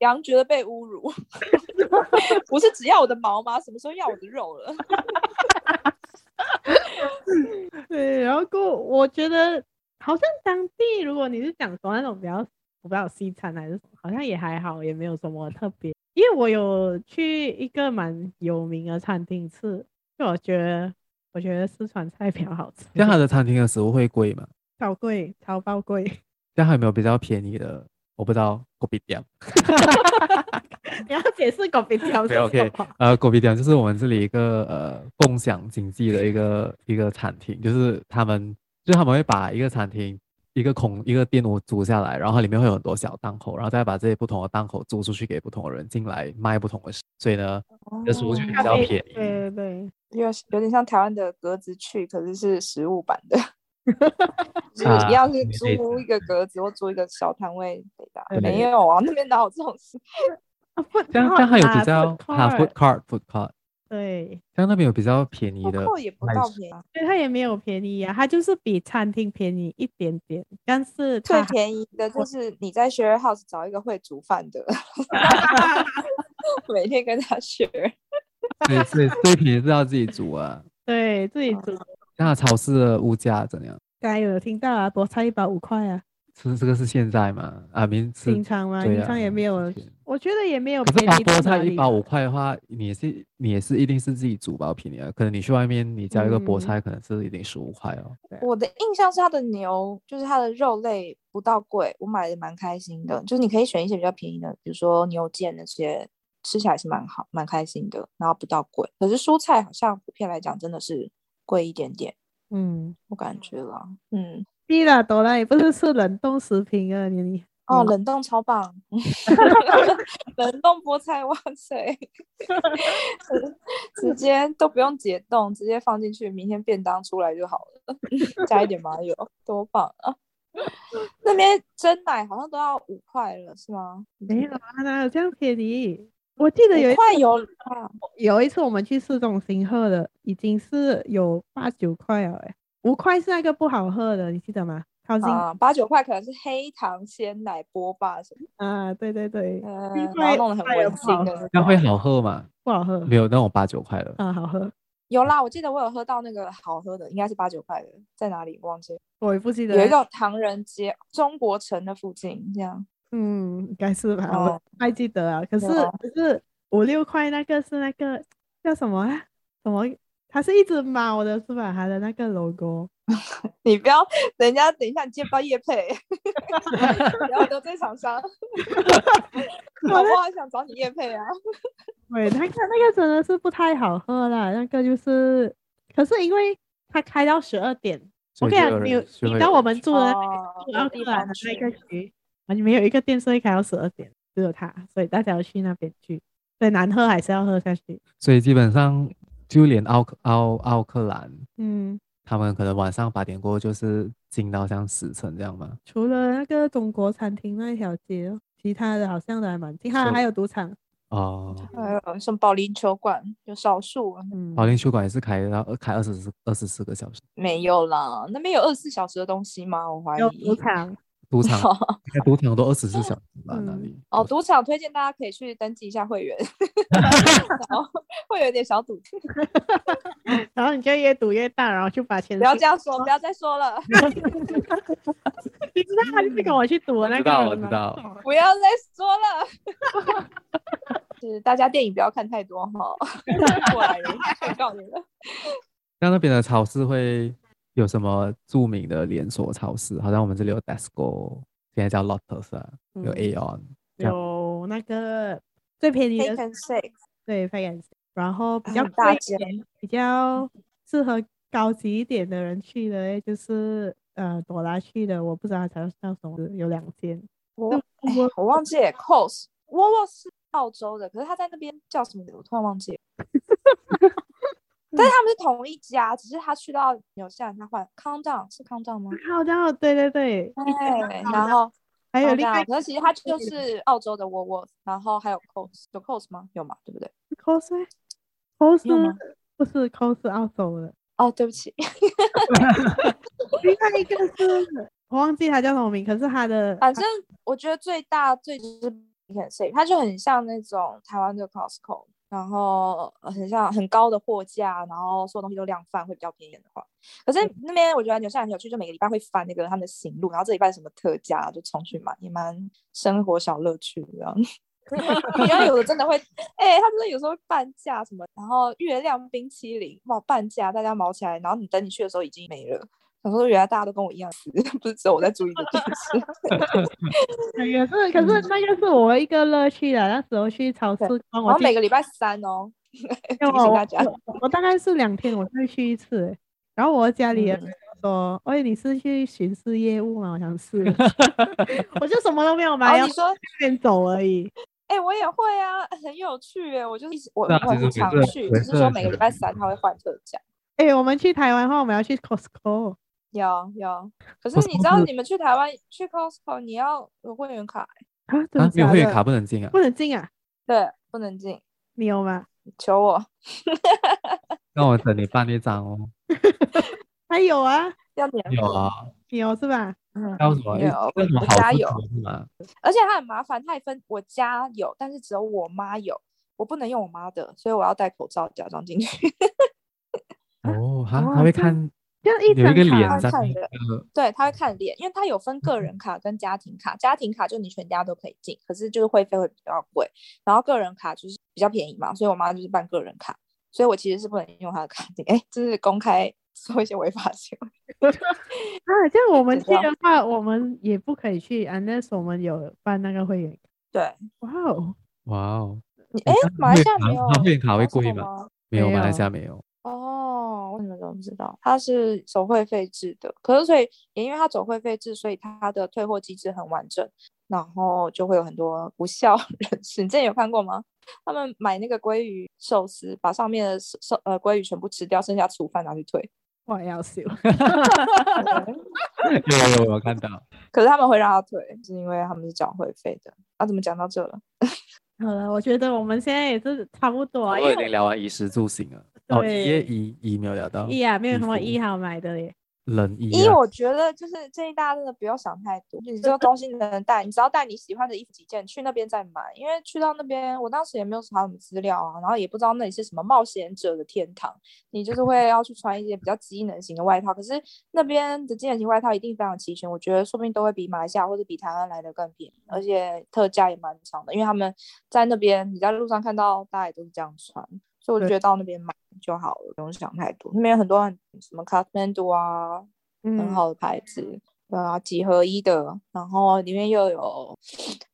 S2: 羊觉得被侮辱， [laughs] 不是只要我的毛吗？什么时候要我的肉了？
S3: 对，然后过我觉得好像当地，如果你是讲说那种比较我不知道西餐还是什么好像也还好，也没有什么特别。因为我有去一个蛮有名的餐厅吃，就我觉得我觉得四川菜比较好吃，
S1: 像它的餐厅的食物会贵吗？
S3: 超贵，超爆贵。 [laughs]
S1: 像还有没有比较便宜的？我不知道，狗比店。
S3: 你要解释狗皮条是
S1: 没有
S3: 什
S1: ，OK
S3: 么？
S1: 呃，狗皮店就是我们这里一个呃共享经济的一个一个餐厅，就是他们就是他们会把一个餐厅一个空一个店屋租下来，然后它里面会有很多小档口，然后再把这些不同的档口租出去给不同的人进来卖不同的食，所以呢，你的食 [laughs] 物就比
S3: 咖
S1: 较
S3: 啡
S1: 便宜。
S3: 对对对，
S2: 有有点像台湾的格子去，可是是食物版的， [laughs] 就是
S1: 啊
S2: 一样
S1: 你
S2: 是
S1: 可以
S2: 租一个格子或租一个小摊位给大
S1: 对
S2: 家。没有啊，那边哪有这种事？
S3: 啊不，
S1: 这样这样还有比较啊 food court food court，
S3: 对，
S1: 像那边有比较便宜的啊
S2: 扣也不
S1: 卖
S2: 到
S1: 吃
S2: 便宜，
S3: 所以它也没有便宜啊，它就是比餐厅便宜一点点，但是
S2: 最
S3: 它还
S2: 便宜的就是你在 share house 找一个会煮饭的， [laughs]
S3: [laughs]
S2: 每天跟他学。
S1: 所以所以最便宜是要自己煮啊。
S3: 对自己煮。
S1: 那超市的物价怎样？
S3: 刚才有听到啊，多菜一包五块啊，
S1: 是这个是现在吗？啊，明是
S3: 平常嘛，
S1: 对
S3: 平
S1: 啊
S3: 常也没有
S1: 之前，
S3: 我觉得也没有
S1: 可是
S3: 便
S1: 把
S3: 宜到
S1: 菠
S3: 哪
S1: 菜一
S3: 里
S1: 包
S3: 吧
S1: 五块的话，你也是你也是一定是自己煮吧，便宜啊。可能你去外面，你加一个菠
S3: 嗯
S1: 菜，可能是一定十五块哦。
S2: 我的印象是它的牛，就是它的肉类不到贵，我买的蛮开心的。就是你可以选一些比较便宜的，比如说牛腱那些，吃起来是蛮好、蛮开心的，然后不到贵。可是蔬菜好像普遍来讲真的是贵一点点，
S3: 嗯，
S2: 我感觉啦。嗯，
S3: 对了，朵拉也不是吃冷冻食品啊，你你
S2: 哦，
S3: 嗯
S2: 冷冻超棒， [laughs] 冷冻菠菜，哇塞，直接都不用解冻，直接放进去，明天便当出来就好了，加一点麻油，多棒啊！那边真奶好像都要五块了，是吗？
S3: 没有啊，哪有这样便宜？我记得有一
S2: 五
S3: 次
S2: 块有啊，
S3: 有一次我们去市中心喝的，已经是有八九块了、欸，五块是那个不好喝的，你记得吗？靠近
S2: 啊，八九块可能是黑糖鲜奶波霸什么，
S3: 啊，对对对，
S2: 嗯，然
S3: 块
S2: 后弄得很
S3: 块也
S2: 文
S3: 不
S2: 青
S3: 好
S2: 的
S1: 那
S2: 那
S1: 会
S2: 种。
S1: 好喝吗？
S3: 不好喝
S1: 没有那种八九块的，
S3: 啊，好喝，
S2: 有啦，我记得我有喝到那个好喝的，应该是八九块的，在哪里忘记了。
S3: 我也不记得
S2: 有一
S3: 了。
S2: 个唐人街，中国城的附近这样。
S3: 嗯，应该是吧，我
S2: 哦
S3: 不太记得啊了。可是
S2: 哦
S3: 可是五六块那个是那个叫什么啊？什么？它是一只猫的是吧？它的那个 logo。
S2: 你不要，等一下，等一下，你接不到叶配，不要得罪厂
S3: [laughs]
S2: 商。我我好想找你叶
S3: [laughs]
S2: 配啊！
S3: 对，那个那个真的是不太好喝啦，那个就是，可是因为它开到十二点，
S1: 所
S3: 我
S1: 以
S3: 跟
S1: 就
S3: 你
S1: 有
S3: 啊讲，你有
S1: 人就
S3: 你
S1: 会
S3: 到
S1: 有
S3: 我
S1: 人
S3: 们住的那
S2: 哦
S3: 住奥克
S2: 一
S3: 兰
S2: 般
S3: 的那
S2: 去
S3: 一个区，完全没有一个店是会开到十二点，只有它，所以大家要去那边去。所以难喝还是要喝下去。
S1: 所以基本上就连奥克奥奥克兰，
S3: 嗯，
S1: 他们可能晚上八点过后就是进到像死城这样嘛。
S3: 除了那个中国餐厅那一条街哦，其他的好像都还蛮近。还
S1: 是
S3: 还有赌场，
S1: 哦，
S3: 哎
S2: 还有什么保龄球馆，有少数
S3: 嗯，
S1: 保龄球馆也是开到开二十四二十四个小时，
S2: 没有啦？那边有二十四小时的东西吗？我怀
S3: 有
S2: 疑
S3: 赌。场，
S1: 赌场
S2: 哦
S1: 应该赌场都二十四小时吧？那
S3: 嗯
S1: 里
S2: [laughs] 哦，赌场推荐大家可以去登记一下会员， [laughs] 然后会有点小赌气。
S3: 然后你就越赌越大，然后就把钱
S2: 不要
S3: 输
S2: 这样说，不要再说了，
S3: 你知道他就是跟我去赌的那
S1: 知
S3: 个
S1: 道
S3: 人
S1: 我知
S3: 吗
S1: 道
S2: [laughs] 不要再说了。 [laughs] 是大家电影不要看太多哈， [laughs] 过来人劝告你们。
S1: 像那边的超市会有什么著名的连锁超市？好像我们这里有 Tesco，现在叫 Lotus 啊，有
S3: 嗯
S1: Aeon，这样
S3: 有那个最便宜
S2: Take
S3: 的
S2: and shake，
S3: 对 f a n 然后比
S2: 啊
S3: 较
S2: 大
S3: 贵一
S2: 间
S3: 点比较适合高级一点的人去的嘞，就是呃朵拉去的，我不知道它叫叫什么，有两间。
S2: 我
S3: 就
S2: 哎
S3: 我
S2: 我忘记了 cos，沃沃是澳洲的，可是他在那边叫什么？我突然忘
S3: [laughs]
S2: 记了。但是他们是同一家，只是他去到纽西兰，他换 Countdown 是 Countdown 吗？
S3: 好的，对对对，
S2: 对，然后
S3: 还有另外
S2: Countdown，可是其实它就
S3: 对
S2: 是澳洲的 w o l w o r t 然后还有 Cos，有 Cos 吗？有嘛？对不对？
S3: cos 吗 cos
S2: 有吗
S3: 是不是 cos 是澳洲的，
S2: 哦，对不起，
S3: 另外一个是 [laughs] 我忘记它叫什么名，可是它的
S2: 反正我觉得最大最就是 Pick and Save，它就很像那种台湾的 Costco，然后呃很像很高的货架，然后所有东西都量贩，会比较便宜的话。可是那边我觉得纽西兰很有趣，就每个礼拜会翻那个他们的行路，然后这礼拜有什么特价就冲去买，也蛮生活小乐趣的。 [laughs] 你要有的真的会，哎、他真的有时候会半价什么，然后月亮冰淇淋哇半价，大家毛起来，然后你等你去的时候已经没了。想说原来大家都跟我一样死， [laughs] 不是只有我在注意这件事。
S3: 那个
S2: 嗯
S3: 是，可是那个是我一个乐趣啊。那时候去超
S2: 对
S3: 市逛，
S2: 然
S3: 我
S2: 后
S3: 记
S2: 每个礼拜三哦， [laughs] 提
S3: 得
S2: 醒大家
S3: 我我我大概是两天我会去一次欸。然后我家里人
S2: 嗯
S3: 说：“喂，你是去巡视业务吗？”我想
S2: [laughs]
S3: 是， [laughs] 我就什么都没有
S2: 然
S3: 买，
S2: 后
S3: 要
S2: 哦你说，
S3: 边走而已。
S2: 哎、我也会啊，很有趣哎，我就是一直我
S1: 是啊
S2: 我
S1: 其实
S2: 不
S1: 每
S2: 常
S1: 次
S2: 去，
S1: 每
S2: 只是
S1: 次
S2: 说
S1: 很
S2: 每个礼
S1: 常
S2: 拜三他会换特价。
S3: 哎，我们去台湾的话，我们要去 Costco。
S2: 有有，可是
S1: 我
S2: 你
S1: 上
S2: 知道
S1: 次
S2: 你们去台湾去 Costco，你要有会员卡，
S3: 啊，真
S1: 啊
S3: 的，
S1: 没有
S3: 假
S1: 会员
S3: 的
S1: 卡不能进啊。
S3: 不能进啊？
S2: 对，不能进，
S3: 你有吗？
S2: 求我
S1: 那我等你办一张哦。
S3: 还有啊，
S2: 要年
S1: 有
S2: 费。
S1: 啊，
S3: 你有是吧？
S2: 嗯，
S1: 还有什么？
S2: 有
S1: 那什么
S2: 我
S1: 好
S2: 家
S1: 事
S2: 有
S1: 是
S3: 啊
S1: 吗？
S2: 而且它很麻烦，它还分我家有，但是只有我妈有，我不能用我妈的，所以我要戴口罩假装进去。
S1: 哦，哈，
S3: 哇
S1: 他会
S3: 这样
S1: 看
S3: 就一啊
S1: 有一个
S3: 张 [laughs] 卡
S1: 脸
S2: 他
S1: 在
S2: 看
S1: 那
S2: 的
S1: 个，
S2: 对，他会看脸，因为他有分
S1: 嗯
S2: 个人卡跟家庭卡，家庭卡就你全家都可以进，可是就是会费会比较贵，然后个人卡就是比较便宜嘛，所以我妈就是办个人卡，所以我其实是不能用她的卡进，哎，这是公开 [laughs] 做一些违法行为，
S3: 啊，这样我们去
S2: 知道
S3: 的话，我们也不可以去，unless 我们有办那个会员卡。
S2: 对，
S3: 哇哦，
S1: 哇哦，
S2: 你
S1: 哎
S2: 哎，马来西亚
S1: 会
S2: 没
S1: 员
S2: 有
S1: 卡那会员卡会
S2: Costco
S1: 贵吗
S2: 吗？
S1: 没有，
S3: 没
S1: 马来西
S3: 有
S1: 亚没有。 [laughs]
S2: 哦，我怎么都不知道？它是手绘费制的，可是所以也因为它手绘费制，所以它的退货机制很完整，然后就会有很多不孝人士。你之前有看过吗？他们买那个鲑鱼寿司，把上面的寿寿呃鲑鱼全部吃掉，剩下醋饭拿去退。
S3: 我也要笑。
S1: 有有有，我看到。
S2: [laughs] 可是他们会让他退，是因为他们是缴会费的。啊，怎么讲到这了？
S3: [laughs] 好了，我觉得我们现在也是差不多啊，
S1: 我
S3: 因为
S1: 已经聊完衣食住行了。哦，一
S3: 对
S1: 夜一一没有聊到。
S3: 一啊，没有
S1: 衣
S3: 什么
S1: 服
S3: 一好买的耶。
S1: 冷衣、
S2: 一
S1: 啊。
S2: 我觉得就是建议大家真的不要想太多，你这个东西能带，你只要带你喜欢的衣服几件去那边再买，因为去到那边我当时也没有查什么资料啊，然后也不知道那里是什么冒险者的天堂，你就是会要去穿一些比较机能型的外套，可是那边的机能型外套一定非常齐全，我觉得说不定都会比马来西亚或者比台湾来的更便宜，而且特价也蛮长的，因为他们在那边你在路上看到大家也都是这样穿，所以我就
S3: 对
S2: 觉得到那边买就好了，不用想太多，那边有很多很什么 Kathmandu 啊。很
S3: 嗯，
S2: 好的牌子，对啊，几合一的，然后里面又有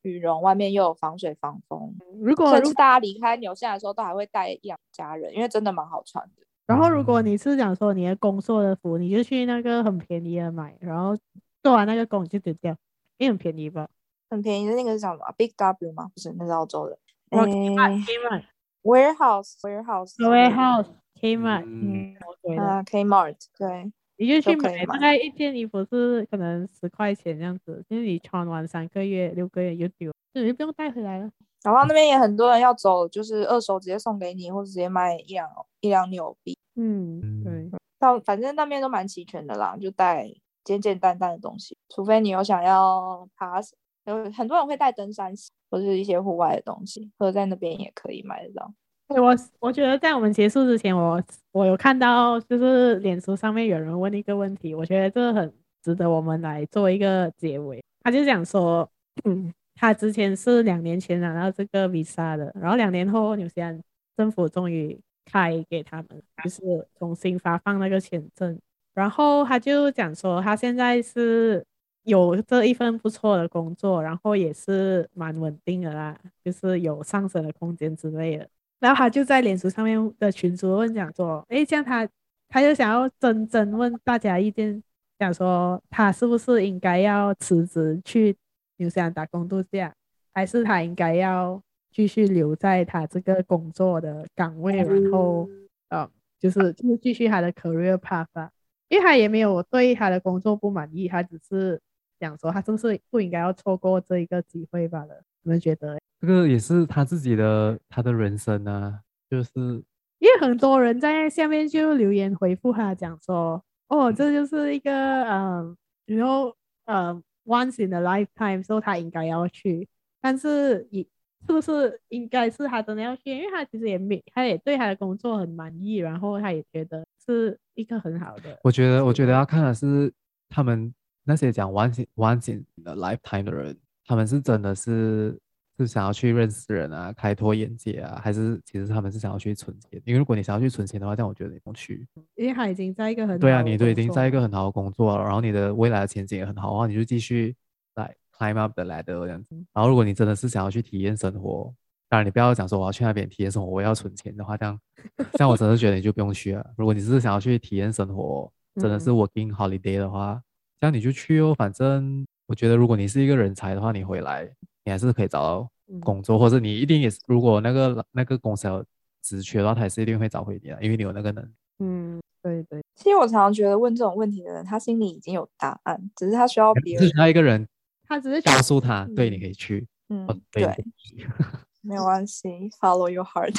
S2: 羽绒，外面又有防水防风，
S3: 如果
S2: 甚
S3: 啊如
S2: 至大家离开纽西兰的时候都还会带一两家人，因为真的蛮好穿的。
S3: 然后如果
S1: 嗯
S3: 你是想说你的工作的服，你就去那个很便宜的买，然后做完那个工你就丢掉，也很便宜吧
S2: 很便宜的那个是叫什么啊？Big W 吗？不是，那是澳洲的。
S3: 哦
S2: 诶
S3: ？Kmart、
S2: warehouse warehouse
S3: 嗯 Warehouse、Kmart，
S1: 嗯
S3: 嗯，魔鬼的
S2: 啊，Kmart 对，
S3: 你就
S2: 都
S3: 去
S2: 可以
S3: 买，大
S2: 买
S3: 概一件衣服是可能十块钱这样子，就是你穿完三个月、六个月就丢，就你就不用带回来了。
S2: 然后那边也很多人要走，就是二手直接送给你，或者直接卖一两一两纽币。
S3: 嗯，对
S1: 嗯，
S2: 到反正那边都蛮齐全的啦，就带简简单单的东西，除非你有想要爬山，有很多人会带登山鞋或是一些户外的东西，或者在那边也可以买得到。
S3: 对哎我我觉得在我们结束之前，我我有看到就是脸书上面有人问一个问题，我觉得这很值得我们来做一个结尾。他就讲说，嗯，他之前是两年前拿到这个 visa 的，然后两年后纽西兰政府终于开给他们，就是重新发放那个签证。然后他就讲说，他现在是有这一份不错的工作，然后也是蛮稳定的啦，就是有上升的空间之类的。然后他就在脸书上面的群组问讲说，诶，这样他他就想要真真问大家意见，讲说他是不是应该要辞职去纽西兰打工度假，还是他应该要继续留在他这个工作的岗位，然后呃，就是就是继续他的 career path 啊。因为他也没有对他的工作不满意，他只是想说他是不是不应该要错过这一个机会罢了。你们觉得？
S1: 这个也是他自己的他的人生啊，就是
S3: 因为很多人在下面就留言回复他，讲说，哦，这就是一个嗯，然后呃，once in a lifetime，所以他应该要去，但是也是不是应该是他真的要去？因为他其实也没，他也对他的工作很满意，然后他也觉得是一个很好的，
S1: 我觉得，我觉得要看的是他们那些讲 once in- once in a lifetime 的人，他们是真的是是想要去认识人啊，开拓眼界啊，还是其实他们是想要去存钱？因为如果你想要去存钱的话，这样我觉得你不用去。
S3: 因为他已经在一个很
S1: 对啊，
S3: 好的
S1: 你都已
S3: 工
S1: 经
S3: 作
S1: 在一
S3: 了
S1: 个很好的工作了，然后你的未来的前景也很好的话，你就继续来 climb up the ladder 这样
S3: 嗯
S1: 子。然后如果你真的是想要去体验生活，当然你不要讲说我要去那边体验生活，我要存钱的话，这样
S3: [laughs]
S1: 这样我真的觉得你就不用去了。如果你只是想要去体验生活，真的
S3: 嗯
S1: 是 working holiday 的话，这样你就去哦。反正我觉得，如果你是一个人才的话，你回来你还是可以找到
S3: 嗯
S1: 工作，或者你一定也是，如果那个那个公司有职缺的话，他也是一定会找回你的，因为你有那个能力。
S3: 嗯，对对，
S2: 其实我常常觉得问这种问题的人，他心里已经有答案，只是他需要别
S1: 只
S2: 人
S1: 需。要一个人
S3: 他只 [laughs] 是
S1: 告诉他，对，你
S3: 嗯
S1: 可以去。
S2: 嗯
S1: 哦，，对，
S2: 对
S1: 你可，以去
S2: 没有关系，follow your [laughs] heart。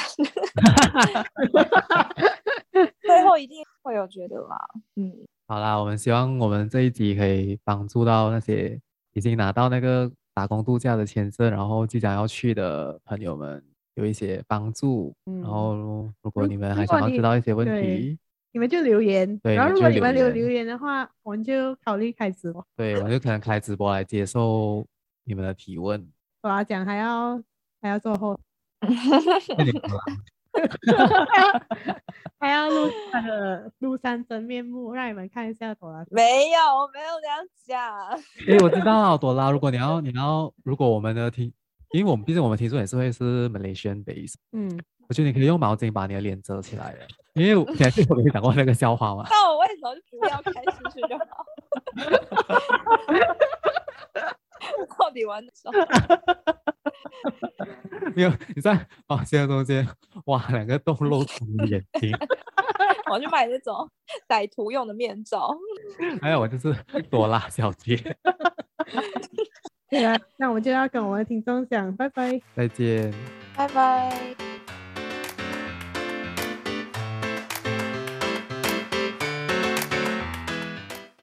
S2: 最后一定会有觉得啦，嗯， [laughs]
S1: 好啦，我们希望我们这一集可以帮助到那些已经拿到那个打工度假的签证，然后即将要去的朋友们有一些帮助。
S3: 嗯
S1: 然后，如果
S3: 如
S1: 你们
S3: 如
S1: 还
S3: 果
S1: 想要知
S3: 你
S1: 道一些问
S3: 对
S1: 题，
S3: 你们就留言，
S1: 对
S3: 然后
S1: 你就
S3: 如果你
S1: 留
S3: 们留
S1: 言
S3: 留言的话，我们就考虑开直播。
S1: 对我就可能开直播来接受你们的提
S3: [laughs]
S1: 问。 [laughs]
S3: 我要讲还要还要做后，
S1: 那你们啦
S3: 还要露出他的庐山真面目，让你们看一下朵拉。
S2: 没有，我没有这样讲。？
S1: 诶，我知道朵拉，如果你要你要，如果我们的听，因为我们毕竟我们听众也是会是 Malaysian base。
S3: [laughs] 嗯，
S1: 我觉得你可以用毛巾把你的脸遮起来的，因为我你还记得我跟你讲过那个笑话吗 [laughs]
S2: [laughs] 那我为什么不要开出去就好？ [laughs] 到底玩的时候，
S1: 没有，你在房间中间挖两个洞露出你的眼睛， [laughs]
S2: 我去买那种歹徒用的面罩。
S1: 还有我就是朵拉小姐， [laughs]
S3: 对啊，那我们就要跟我们的听众讲，拜拜。
S1: 再见。
S2: 拜拜。